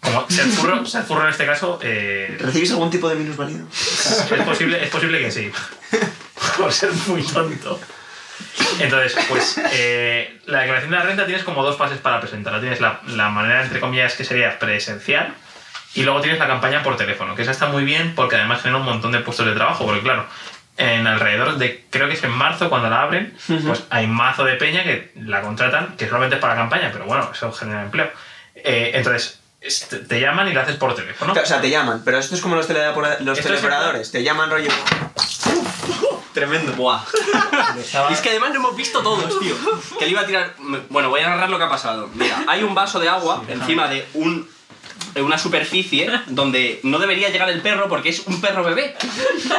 E: como ser furro, ser furro en este caso, eh,
F: ¿Recibís algún tipo de minusválido?
E: es posible, es posible que sí. Por ser muy tonto. Entonces, pues eh, la declaración de la renta tienes como dos fases para presentarla. Tienes la, la manera, entre comillas, que sería presencial y luego tienes la campaña por teléfono, que esa está muy bien porque además genera un montón de puestos de trabajo, porque claro, en alrededor de, creo que es en marzo cuando la abren, pues hay mazo de peña que la contratan, que solamente es para campaña, pero bueno, eso genera empleo. Eh, entonces, es- te- te llaman y la haces por teléfono.
F: O sea, te llaman, pero esto es como los, teledepora-
E: Esto
F: los
E: es
F: teleoperadores. Te llaman rollo.
B: Tremendo. Buah. Y es que además lo hemos visto todos, tío. Que le iba a tirar. me- Bueno, voy a narrar lo que ha pasado. Mira, hay un vaso de agua encima de un de una superficie donde no debería llegar el perro porque es un perro bebé.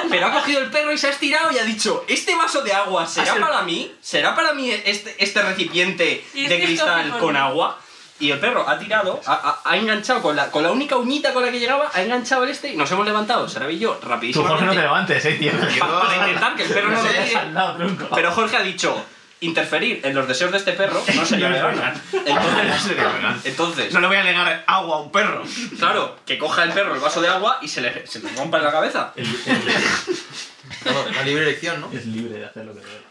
B: Pero ha cogido el perro y se ha estirado y ha dicho, este vaso de agua será para mí, será para mí este, este recipiente
A: Y
B: de
A: este
B: cristal
A: coffee
B: con
A: for me".
B: agua. Y el perro ha tirado, ha, ha- ha enganchado con la, con la única uñita con la que llegaba, ha enganchado el este y nos hemos levantado, Sarabi y yo,
G: Tú,
B: rapidísimo.
G: Jorge, no te levantes, eh, tío.
B: Para intentar que el perro no lo
G: Estás
B: tire.
G: al lado, tronco.
B: Pero Jorge ha dicho, interferir en los deseos de este perro no sería
G: No es
B: legal. Entonces, entonces,
F: No le voy a negar agua a un perro.
B: claro, que coja el perro el vaso de agua y se le, se le rompa en la cabeza.
G: El- el-
C: Claro, la libre elección, ¿no?
G: Es libre de hacer lo que quiera.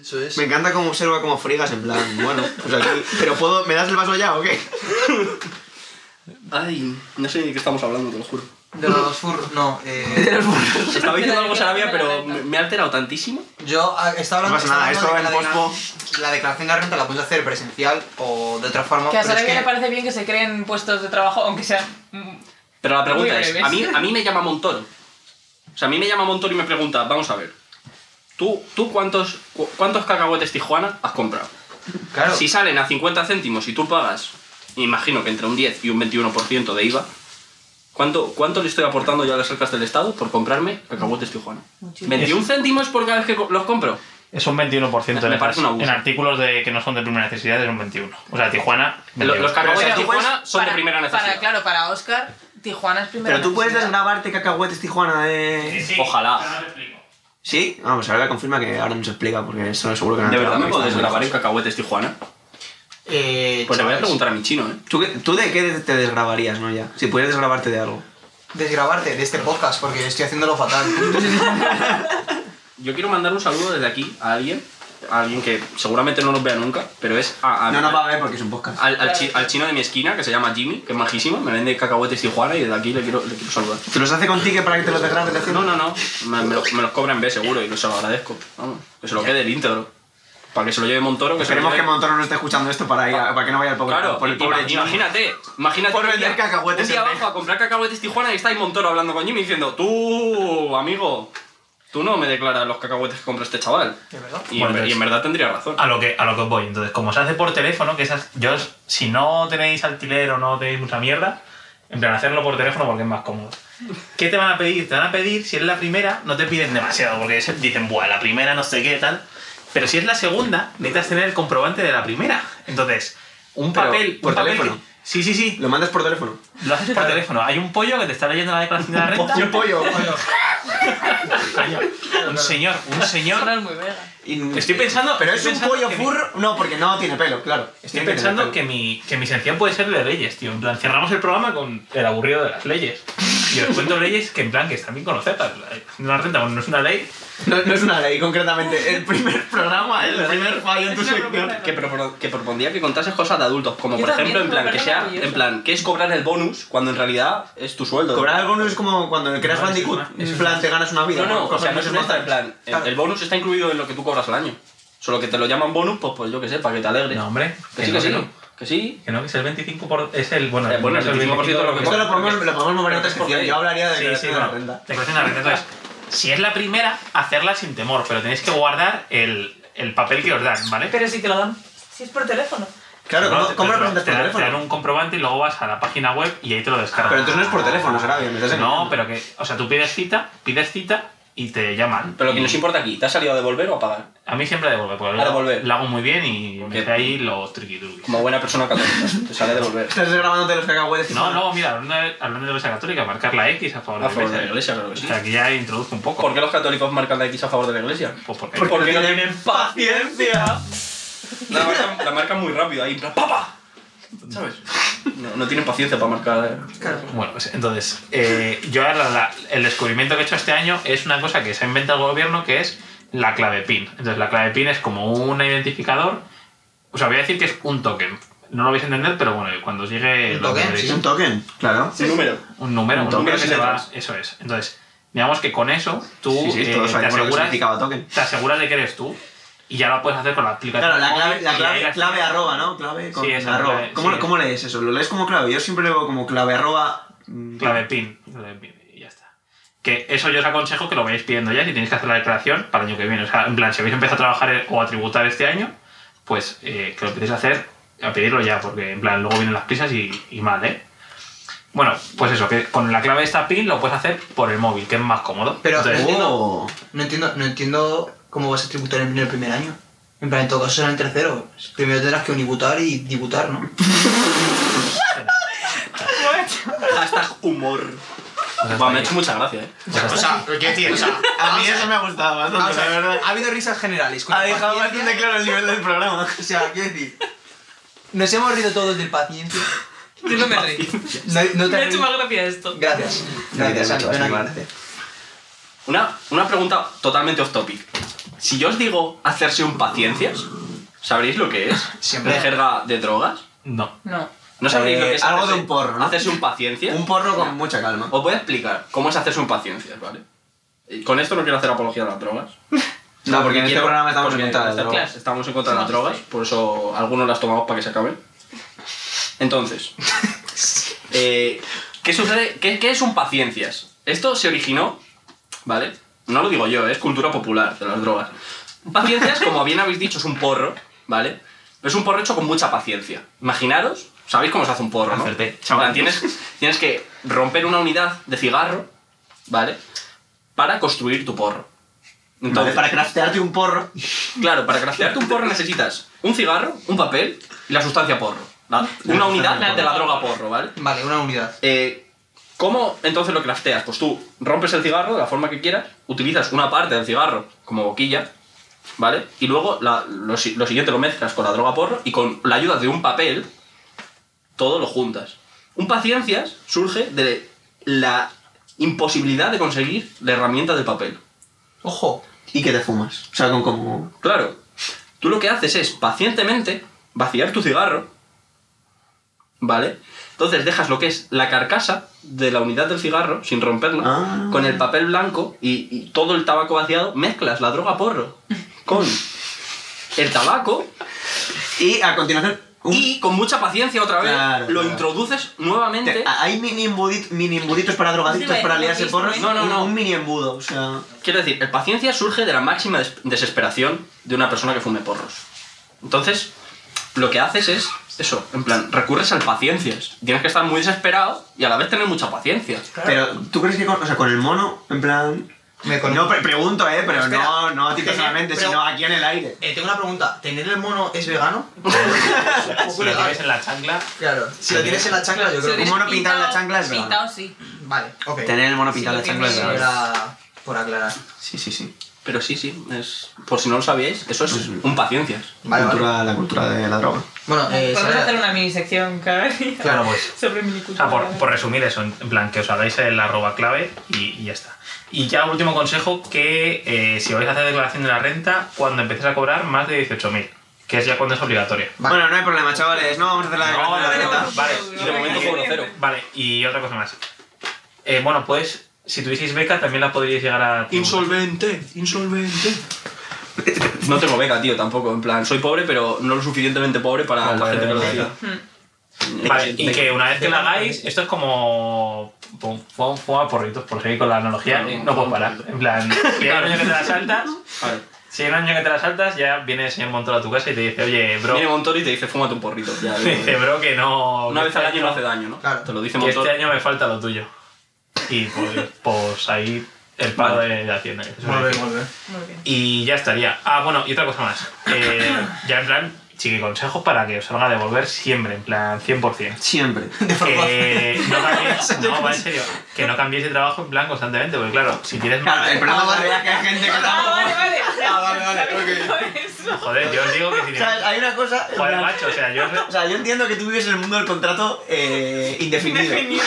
C: Eso es.
F: Me encanta cómo observa cómo friegas en plan, bueno, pues aquí. Pero puedo. ¿Me das el vaso ya o qué?
B: Ay, no sé de qué estamos hablando, te lo juro.
C: De los furros, no. Eh,
B: Estaba diciendo algo Sarabia, pero me me ha alterado tantísimo.
C: yo ah, estaba
F: No
C: hablando,
F: pasa nada,
C: estaba
F: esto
C: hablando
F: en
C: de que la,
F: pospo.
C: la declaración de la renta la puedes hacer presencial o de otra forma.
A: Que a
C: pero es
A: Sarabia le
C: que,
A: parece bien que se creen puestos de trabajo, aunque sea... mm,
B: Pero la pregunta
A: Muy
B: es,
A: breves.
B: a mí, a mí me llama Montoro. O sea, a mí me llama Montoro y me pregunta, vamos a ver, ¿tú, tú cuántos, cu- cuántos cacahuetes Tijuana has comprado?
C: claro,
B: Si salen a 50 céntimos y tú pagas, imagino que entre un 10 y un 21% de IVA, ¿cuánto, ¿cuánto le estoy aportando yo a las arcas del Estado por comprarme cacahuetes Tijuana? ¿21 céntimos por cada vez que co- los compro?
E: Es un 21% en,
B: Me
E: letras.
B: parece un abuso.
E: en artículos de que no son de primera necesidad, es un 21%. O sea, Tijuana.
B: Lo- Los
E: 21.
B: cacahuetes
A: Pero
B: Tijuana
A: pues,
B: son de
A: para-
B: primera necesidad.
A: Para, claro, para Oscar, Tijuana es primera
F: Pero tú puedes
A: necesidad.
F: desgrabarte cacahuetes Tijuana de.
B: Ojalá.
F: ¿Sí? Vamos, ahora confirma que ahora nos explica porque eso no seguro que no
B: ¿De
F: te
B: verdad
F: lo
B: me puedes
F: está muy
B: grabar en
F: lejos.
B: cacahuetes Tijuana?
C: eh,
B: Pues le voy a
C: chavales,
B: preguntar a mi chino, ¿eh?
F: ¿Tú, qué- ¿Tú de qué te desgrabarías, no ya? Si pudieras desgrabarte de algo.
C: Desgrabarte de este podcast porque estoy haciéndolo fatal.
B: Yo quiero mandar un saludo desde aquí a alguien, a alguien que seguramente no nos vea nunca, pero es a, a-
F: No nos va a ver porque es un podcast.
B: al, al chi- al chino de mi esquina que se llama Jimmy, que es majísimo, me vende cacahuetes Tijuana y desde aquí le quiero, le quiero saludar.
F: ¿Te los hace con ticket para que te los desgrabes de
B: No, no, no, me, me lo- me los cobran B seguro y se lo agradezco. Vamos, que se lo quede el íntegro. Para que se lo lleve Montoro, que se lo
F: Esperemos que
B: lleve-
F: Montoro no esté escuchando esto para, ir a- para que no vaya al pobre,
B: Claro,
F: por el
B: ima-
F: pobre Jimmy.
B: imagínate, imagínate.
F: Por
B: un
F: vender
B: día-
F: cacahuetes
B: Un día
F: en
B: abajo a comprar cacahuetes Tijuana y está ahí Montoro hablando con Jimmy diciendo, tú, amigo, tú no me declaras los cacahuetes que compra este chaval.
C: ¿De verdad?
B: Y, en, ver-
E: Bueno, entonces-
B: y en verdad tendría razón.
E: A lo, que, a lo que os voy. Entonces, como se hace por teléfono, que esas. Yo, os- si no tenéis alquiler o no tenéis mucha mierda, en plan, hacerlo por teléfono porque es más cómodo. ¿Qué te van a pedir? Te van a pedir, si es la primera, no te piden demasiado, porque se- dicen, buah, la primera no sé qué, tal. Pero si es la segunda, necesitas tener el comprobante de la primera. Entonces, un
F: Pero,
E: papel.
F: por
E: un papel
F: teléfono.
E: que- sí, sí, sí.
F: Lo mandas por teléfono.
E: Lo haces por teléfono. Hay un pollo que te está leyendo la declaración de la renta.
F: un pollo.
E: Un señor, un señor.
A: Tijuana es muy vega.
F: Y-
E: Estoy pensando-
F: Pero
E: estoy
F: es un
E: pensando
F: pollo
E: que mi-
F: furro. No, porque no tiene pelo, claro.
E: Estoy
F: Tiene tener
E: pensando
F: pelo.
E: que mi, que mi sección puede ser de leyes, tío. En plan, cerramos el programa con el aburrido de las leyes. Y os cuento leyes que, en plan, que están bien conocerlas. Una renta, bueno, no es una ley.
F: No, no es una ley, concretamente. El primer programa, el primer fallo en tu sección.
B: Que, propo- que propondría que contases cosas de adultos, como
A: Yo
B: por ejemplo,
A: también,
B: en plan,
A: me
B: que
A: parece
B: sea,
A: maravilloso.
B: en plan, que es cobrar el bonus cuando en realidad es tu sueldo.
F: Cobrar algo no es como cuando creas
E: No, eso es
F: Bandicoot.
E: una- eso
F: En
E: es
F: plan, te ganas una vida.
B: No, no, o sea, no es
F: se
B: un extra, en plan, el, el bonus está incluido en lo que tú cobras al año. Solo que te lo llaman bonus, pues, pues yo que sé, para que te alegres.
E: No, hombre.
B: que Pues sí,
E: no,
B: que sí,
E: no.
B: que sí.
E: Que no, que es el 25%. Por, es el. Bueno,
B: Eh, bueno, el 25% de lo que
F: Esto lo podemos, lo podemos mover en otra
B: Es por
F: sección.
B: ley.
F: Yo hablaría de
E: Sí, sí,
F: declaración de la
E: bueno.
F: renta.
E: Declaración de la renta. Entonces, si es la primera, hacerla sin temor, pero tenéis que guardar el, el papel que os dan, ¿vale?
D: Pero si te lo dan, si es por teléfono.
F: Claro,
E: No,
F: ¿cómo,
E: te-
F: cómo
E: te-
F: representas
E: te
F: por
E: dan- Te dan
F: teléfono?
E: un comprobante y luego vas a la página web y ahí te lo descargas.
F: Pero entonces no es por teléfono, Sarabia, me estás
E: No,
F: engañando.
E: pero que. O sea, tú pides cita, pides cita y te llaman.
B: Pero lo que
E: Y
B: nos importa aquí, ¿te has salido a devolver o a pagar?
E: A mí siempre devuelve, porque
B: A
E: lo-
B: devolver.
E: lo hago muy bien y
B: Porque-
E: me hace ahí los triquiturquis.
B: Como buena persona católica, te sale a devolver.
F: Estás grabándote los cacahuetes.
E: No, luego mira, hablando de, hablando de la Iglesia Católica, marcar la X a favor de
B: A
E: la
B: favor de la iglesia,
E: Iglesia.
B: claro que
E: O
B: sí.
E: sea, que ya introduzco un poco.
B: ¿Por qué los católicos marcan la X a favor de la iglesia?
E: Pues porque...
B: Porque, no
F: tienen
B: tienen paciencia. La marcan, la marcan muy rápido ahí, en plan, ¡papa! ¿Sabes? No, no tienen paciencia para marcar. eh.
E: Bueno, pues, entonces, eh, yo ahora la- el descubrimiento que he hecho este año es una cosa que se ha inventado el gobierno que es la clave PIN. Entonces, la clave PIN es como un identificador. O sea, voy a decir que es un token. No lo vais a entender, pero bueno, cuando os llegue.
C: Un
E: lo
C: token,
E: entenderéis.
C: sí,
F: Es un token, claro.
B: Un número.
E: un número, un
B: Entonces,
E: número que se va.
B: letras.
E: Eso es. Entonces, digamos que con eso tú
F: Sí, sí,
E: eh,
F: todos
E: te,
F: sabemos lo que
E: aseguras,
F: significaba token.
E: te aseguras de que eres tú y ya lo puedes hacer con la aplicación.
F: Claro, la clave,
E: móvil
F: la
E: y ahí
F: clave,
E: las-
F: clave arroba, ¿no? Clave con
E: Sí, esa
F: arroba.
E: clave,
F: ¿Cómo,
E: sí.
F: ¿Cómo lees eso? ¿Lo lees como clave? Yo siempre lo veo como clave arroba. mm,
E: clave PIN. clave PIN, y ya está. Que eso yo os aconsejo que lo vayáis pidiendo ya si tenéis que hacer la declaración para el año que viene. O sea, en plan, si habéis empezado a trabajar eh, o a tributar este año, pues eh, que lo empecéis a hacer, a pedirlo ya, porque en plan, luego vienen las prisas y, y mal, ¿eh? Bueno, pues eso, que con la clave de esta PIN lo puedes hacer por el móvil, que es más cómodo.
C: Pero-
F: eh,
E: Entonces,
C: entiendo.
F: Oh.
C: No entiendo, no entiendo cómo vas a tributar en el primer año. En plan, en todo caso será el tercero. Primero tendrás que unibutar y dibutar, ¿no?
B: Hashtag humor. Buah, Pues me ha hecho mucha gracia, eh.
E: O sea,
C: O sea, lo que decir, o sea,
F: A mí eso me ha gustado
C: Vamos
F: bastante,
C: a
F: la
C: ver,
F: verdad.
C: ha habido risas generales. con
F: Ha
C: la
F: dejado
C: paciencia.
F: bastante claro el nivel del programa.
C: O sea, quiero decir, nos hemos rido todos del paciente.
A: Yo no me reí.
C: No, no te
D: Me ha
C: has
D: hecho
C: reído.
D: más gracia esto.
C: Gracias. Gracias, Ani, ven aquí.
B: Una, una pregunta totalmente off topic. Si yo os digo hacerse un paciencias, ¿sabréis lo que es?
C: Siempre.
B: ¿De jerga de drogas?
E: No.
A: No.
B: ¿No sabréis
F: Eh,
B: lo que es
F: algo de
B: hacerse-
F: un porro, ¿no?
B: hacerse un paciencia?
F: Un porro con mucha calma.
B: Os voy a explicar cómo es hacerse un paciencias, ¿vale? Y Con esto no quiero hacer apología a las drogas.
F: No, porque en este
B: quiero-
F: programa estamos en
B: porque
F: contra de las
B: estamos-
F: drogas.
B: Estamos en contra de las drogas, por eso algunos las tomamos para que se acaben. Entonces, eh, ¿qué sucede? ¿Qué, qué es un paciencias? Esto se originó, ¿vale? No lo digo yo, eh, es cultura popular de las drogas. Un Paciencias, como bien habéis dicho, es un porro, ¿vale? Es un porro hecho con mucha paciencia. Imaginaros, ¿sabéis cómo se hace un porro, no?
E: Acerté,
B: En plan, tienes, tienes que romper una unidad de cigarro, ¿vale? Para construir tu porro.
F: Entonces, para craftearte un porro.
B: Claro, para craftearte un porro necesitas un cigarro, un papel y la sustancia porro. ¿vale? Una unidad de la droga porro, ¿vale?
C: Vale, una unidad.
B: Eh, ¿Cómo entonces lo crafteas? Pues tú rompes el cigarro de la forma que quieras, utilizas una parte del cigarro como boquilla, ¿vale? Y luego la- lo, si- lo siguiente lo mezclas con la droga porro y con la ayuda de un papel, todo lo juntas. Un paciencias surge de la imposibilidad de conseguir la herramienta del papel.
C: Ojo,
F: Y que te fumas. O sea, con como.
B: Claro. Tú lo que haces es pacientemente vaciar tu cigarro. ¿Vale? Entonces dejas lo que es la carcasa de la unidad del cigarro, sin romperla,
F: Ah.
B: con el papel blanco y, y todo el tabaco vaciado, mezclas la droga porro con el tabaco
F: Y a continuación. Un...
B: y con mucha paciencia otra vez
F: Claro,
B: lo
F: claro.
B: introduces
F: Te-
B: nuevamente.
F: Hay mini, embudit- mini embuditos para drogadictos
D: Sí,
F: para
D: lo
F: liarse
D: he visto,
F: porros.
D: ¿eh?
B: No, no,
F: Un-
B: no.
F: Un mini embudo. O sea.
B: Quiero decir, el paciencia surge de la máxima des- desesperación de una persona que fume porros. Entonces, lo que haces es eso, en plan, recurres al paciencias. Tienes que estar muy desesperado y a la vez tener mucha paciencia.
F: Pero, ¿tú crees que con, o sea, con el mono? En plan.
C: me con-
F: No, pre- pregunto, eh, pero
C: Espera.
F: no, no a ti
C: Tener-
F: personalmente,
C: pero-
F: sino aquí en el aire.
C: Eh, tengo una pregunta. ¿Tener el mono es vegano?
E: Si lo tienes en la chancla,
C: Claro. Si lo tienes en la chancla, yo creo que...
F: Un mono pintado en la chancla es vegano.
D: Pintado, sí.
C: Vale, ok.
F: Tener el mono pintado
D: lo
F: en la chancla
D: tienes,
F: es
C: Eso
F: grave.
C: era por aclarar.
F: Sí, sí, sí.
B: Pero sí, sí, es, por si no lo sabíais, eso es
F: Ujú.
B: un paciencias.
C: Vale, vale.
F: Cultura- La cultura de la droga.
C: Bueno, eh,
D: Podemos
C: Sara-
D: hacer una mini sección cada día
C: Claro, pues.
D: sobre
E: O
D: minicultura.
E: sea, por, por resumir eso, en plan, que os hagáis el arroba clave y, y ya está. Y ya último consejo, que eh, si vais a hacer declaración de la renta, cuando empecéis a cobrar más de 18.000, que es ya cuando es obligatoria.
C: Vale.
F: Bueno, no hay problema, chavales. No vamos a hacer la
E: No,
F: declaración de la
E: no,
F: renta.
E: no, Vale,
B: Y de momento
E: Venga,
B: cobro cero.
E: Vale, y otra cosa más. Eh, bueno, pues, si tuvieseis beca, también la podríais llegar a... tributar.
B: Insolvente, insolvente. No tengo beca, tío, tampoco. En plan, soy pobre, pero no lo suficientemente pobre para la gente que lo decida.
E: Vale, y que una vez que la hagáis, esto es como. pum, Fuma fuma porritos, por seguir con la analogía,
B: Claro,
E: no puedo
B: fuma
E: parar.
B: porritos.
E: En plan, si hay un año que te la saltas,
B: Vale.
E: si hay un año que te la saltas, ya viene el señor Montoro a tu casa y te dice, oye, bro,
B: Viene Montoro y te dice, fúmate un porrito. Ya,
E: dice, bro, que no.
B: Una
E: que
B: vez
E: este
B: al año no hace daño, ¿no?
C: Claro.
B: Te lo dice
E: Que este
B: Montoro.
E: año me falta lo tuyo. Y pues, pues ahí el paro
B: Vale.
E: de, de Hacienda. Eso
C: Muy
E: es.
C: bien, muy bien.
D: Muy bien.
E: Y ya estaría. Ah, bueno, y otra cosa más. Eh, ya en plan, chiqui, consejos para que os salga a devolver siempre, en plan, 100%.
F: Siempre. Eh,
E: que no cambiéis, no, va, en serio, que no cambiéis de trabajo en plan constantemente, porque claro, si tienes
F: Claro, el
E: más,
F: problema es que hay gente que
D: Ah, vale, vale.
F: Ah, vale, vale,
E: joder, yo os digo que si
F: O
E: tienes,
F: sea, hay una cosa. en
E: joder,
F: plan, Pues
E: macho, o sea, yo,
F: O sea, yo entiendo que tú vives en el mundo del contrato eh, indefinido.
D: Indefinido.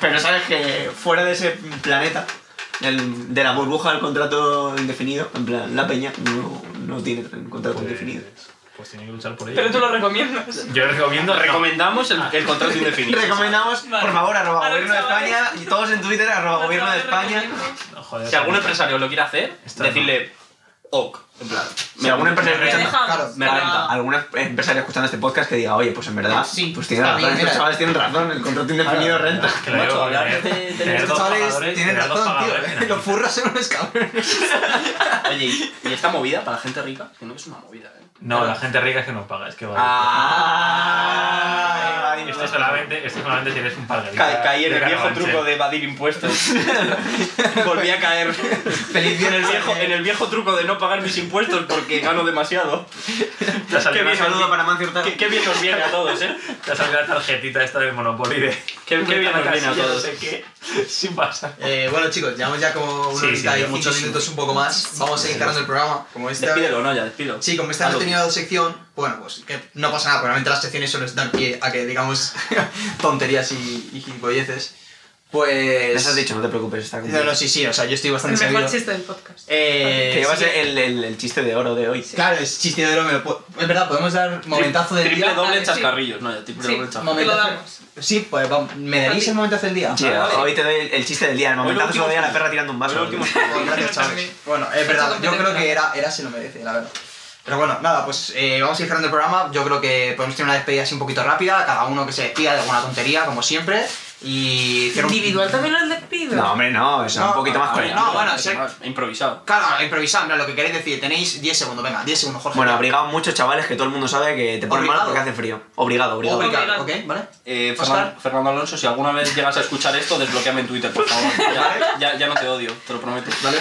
F: Pero sabes que fuera de ese planeta, del- de la burbuja del contrato indefinido, en plan, la peña no, no tiene contrato indefinido.
E: pues, pues tiene que luchar por ello.
D: Pero tú lo recomiendas.
E: Yo recomiendo,
B: Recomendamos el, el contrato indefinido.
F: Recomendamos,
D: Vale.
F: por favor,
D: A
F: arroba
D: los
F: gobierno de
D: chavales.
F: España y todos en Twitter, arroba gobierno de España.
E: No, joder,
B: Si algún empresario lo quiere hacer,
E: Esto no.
B: decirle ok. En plan,
F: Si algún empresario
D: Te
F: escuchando,
D: dejamos.
C: Claro,
B: me renta.
F: algún empresario escuchando este podcast que diga, oye, pues en verdad,
C: Sí,
F: pues tienen
C: está
F: razón,
C: bien,
F: estos
C: mira.
F: chavales tienen razón, el contrato indefinido renta.
E: que lo
B: Macho,
E: digo,
B: hablar
E: tener-
B: de- de-
E: tener
B: de-
E: dos
B: Los
E: pagadores,
C: chavales tienen
E: tener dos
C: razón,
E: pagadores en
C: tío.
E: la
C: ¿eh? Los furros son unos cabrones.
B: Oye, ¿y- ¿y esta movida para la gente rica? Que no es una movida, ¿eh?
E: No, la gente rica es que no paga, es que va.
B: Ah,
F: Ah,
E: esto solamente, esto solamente tienes un par de
B: Ca-
E: vidas
B: caí en
E: de
B: el viejo
E: Carabanchel.
B: truco de evadir impuestos. Volví a caer
C: Feliz
B: en el,
C: viernes
B: viejo, en el viejo truco de no pagar mis impuestos porque gano demasiado.
E: Te ha salido
B: Qué
F: Un
E: una
B: bien.
F: saludo para Mancio Hurtado.
B: Qué, qué bien nos viene a todos, ¿eh?
E: Te ha salido la tarjetita esta del Monopoly de...
B: Qué, qué bien
E: Vete a
B: nos
E: la
B: viene a
E: casilla, no
B: todos.
E: sé qué. Sí pasa.
C: Eh, bueno chicos, llevamos ya como una
E: Sí,
C: horita
E: sí,
C: y
E: ya
C: cinco
E: muchísimo.
C: minutos un poco más. Vamos a ir cerrando el programa. Como esta,
B: este, Despídelo, no, ya, despídelo.
C: sí, como esta no
B: Hazlo.
C: ha tenido sección, bueno, pues que no pasa nada, probablemente las secciones solo es dar pie a que digamos tonterías y, y gilipolleces. Pues...
F: Les has dicho, no te preocupes, está
C: No,
F: cumplido.
C: no, sí, sí, o sea, yo estoy bastante
A: El mejor
C: seguro.
A: chiste del podcast.
C: Eh,
F: Que llevas
C: sí,
F: el, el- el chiste de oro de hoy.
C: Claro, es chiste de oro, me lo puedo- Es verdad, podemos dar momentazo del
B: Triple
C: día.
B: doble
A: Vale, sí.
B: chascarrillos, no, ya, triple
A: Sí.
B: doble chascarrillos.
A: Te lo
C: Momentazo-
A: damos.
C: Sí, pues vamos, me daréis el momentazo del día.
F: Sí,
B: vale.
F: hoy te doy el, el chiste del día. El momentazo se
B: último
F: lo doy a la
B: chiste.
F: perra tirando un vaso.
B: Hoy lo último
C: Bueno, gracias, chavales. Bueno, es verdad, yo creo que era, era se lo merece, la verdad. Pero bueno, nada, pues eh, vamos a ir cerrando el programa. Yo creo que podemos tener una despedida así un poquito rápida, cada uno que se despida de alguna tontería, como siempre. Y. cierro-
A: Individual también los despido.
F: No, hombre, no, es
C: No,
F: un poquito más
B: A ver,
F: coherente.
C: no, bueno,
B: que
C: sí.
B: más, Improvisado.
C: Claro, improvisando, lo que queréis decir. Tenéis 10 segundos, venga, 10 segundos, Jorge. Oh,
F: Bueno, abrigado mucho, chavales, que todo el mundo sabe que te pones mal
C: Obligado.
F: porque hace frío. Obrigado, obrigado.
C: Obrigado, ¿ok? ¿Vale?
B: Eh,
C: Oscar.
B: Fernan- Fernando Alonso, si alguna vez llegas a escuchar esto, desbloqueame en Twitter, por favor. Ya, ya, ya no te odio, te lo prometo.
C: Vale.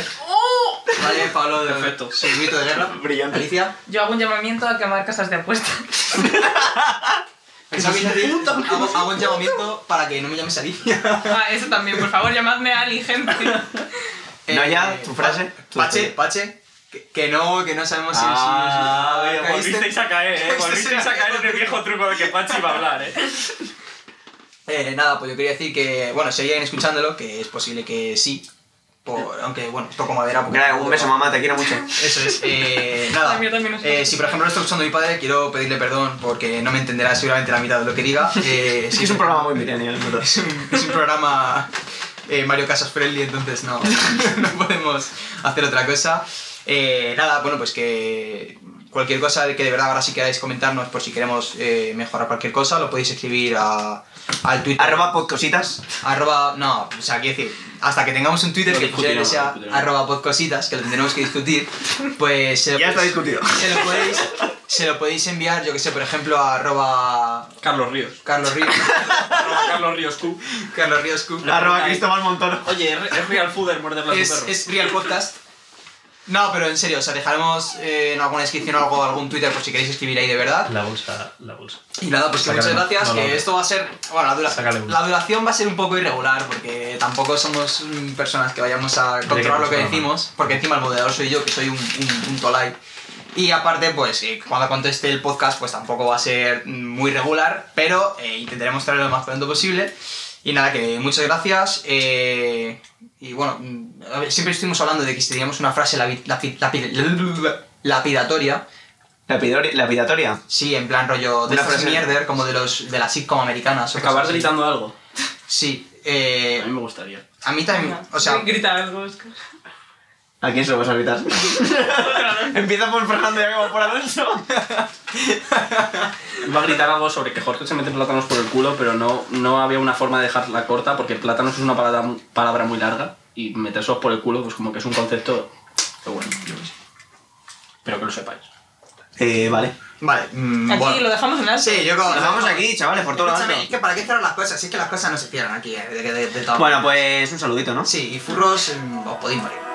C: Vale, Pablo,
B: Perfecto.
C: Silvito de guerra.
F: Brillante.
C: Alicia.
A: Yo hago un llamamiento a quemar casas de apuestas.
C: Pensaba que ibas a decir, hago, hago un llamamiento para que no me llames Alicia.
A: Ah, eso también, por favor, llamadme Ali, gente.
F: No,
C: Eh,
F: ya, tu frase. tu
C: Pache,
F: frase.
C: Pache. Que, que no, que no sabemos si. si-
B: Ah,
C: si-
B: oye,
C: ¿caíste?
F: pues,
B: volvisteis a caer, eh.
C: Caíste
B: Volvisteis a caer en el viejo truco de que Pachi iba a hablar, eh.
C: Eh, nada, pues yo quería decir que, bueno, si hay alguien escuchándolo, que es posible que sí. por- aunque, bueno, toco madera. Porque
F: Gra- Un beso, mamá, te quiero mucho.
C: Eso es. Eh, nada.
A: Ay, yo también os-
C: Eh, si por ejemplo lo está escuchando mi padre, quiero pedirle perdón porque no me entenderá seguramente la mitad de lo que diga. Eh,
F: Es
C: sí,
F: que es un programa muy millennial, en verdad.
C: es un, es un programa eh, Mario Casas Friendly, entonces no, no podemos hacer otra cosa. Eh, nada, bueno, pues que cualquier cosa que de verdad ahora sí queráis comentarnos por si queremos eh, mejorar cualquier cosa, lo podéis escribir a, al Twitter.
F: Arroba podcositas.
C: Arroba- no, o sea, quiero decir, hasta que tengamos un Twitter
B: Lo
C: que pusiera
B: discutiremos, lo
C: sea
B: discutiremos.
C: arroba podcositas, que lo tendremos que discutir, pues se lo,
F: Ya está
C: podéis-
F: discutido.
C: se lo podéis, se lo podéis enviar, yo que sé, por ejemplo, a arroba
B: Carlos Ríos.
C: Carlos Ríos,
B: Carlos Ríos Q.
C: Carlos Ríos Q.
F: Arroba Cristóbal Montoro.
B: Oye, es- es Eh, real food el morder las
C: es,
B: perros.
C: es Real Podcast. No, pero en serio, o sea, dejaremos eh, en alguna descripción o algo, algún Twitter por si queréis escribir ahí de verdad.
E: La bolsa, la bolsa.
C: Y nada, pues que
E: Sácale,
C: muchas gracias,
E: no, no,
C: que
E: no.
C: esto va a ser, bueno, la, dura-
E: Sácale un-
C: la duración va a ser un poco irregular, porque tampoco somos mm, personas que vayamos a controlar lo que
E: programa.
C: decimos, porque encima el moderador soy yo, que soy un, un, un tolai. Y aparte, pues eh, cuando conteste el podcast, pues tampoco va a ser mm, muy regular, pero eh, intentaremos traerlo lo más pronto posible. Y nada, que muchas gracias. eh, y bueno, mm, a ver, siempre estuvimos hablando de que si teníamos una frase lapi- lapi- lapi- lapidatoria,
F: Lapidori- Lapidatoria.
C: Sí, en plan rollo de
F: Una
C: esas
F: frase.
C: mierder, como de los de las sitcom americanas. o
B: Acabar
C: cosas así.
B: gritando algo.
C: Sí,
B: A mí
C: eh,
B: me gustaría.
C: a mí también, o sea,
A: Grita algo, Oscar.
F: ¿A quién se lo vas a gritar? Empieza por Fernando y acaba por Alonso.
B: Iba a gritar algo sobre que Jorge se mete plátanos por el culo, pero no, no había una forma de dejarla corta porque plátanos es una palabra, mu- palabra muy larga y metersos por el culo, pues como que es un concepto. Pero bueno, yo qué sé. Pero que lo sepáis.
F: Eh, vale.
C: vale. mm,
A: Aquí
C: bueno.
A: lo dejamos en alto.
C: Sí, yo como.
F: Nos vamos aquí, chavales, por todo lo
C: Escúchame, es
F: alto.
C: que para qué cerrar las cosas, si es que las cosas no se cierran aquí, eh, de, de, de, de todo.
F: Bueno, pues un saludito, ¿no?
C: Sí, y furros, mm, os podéis morir.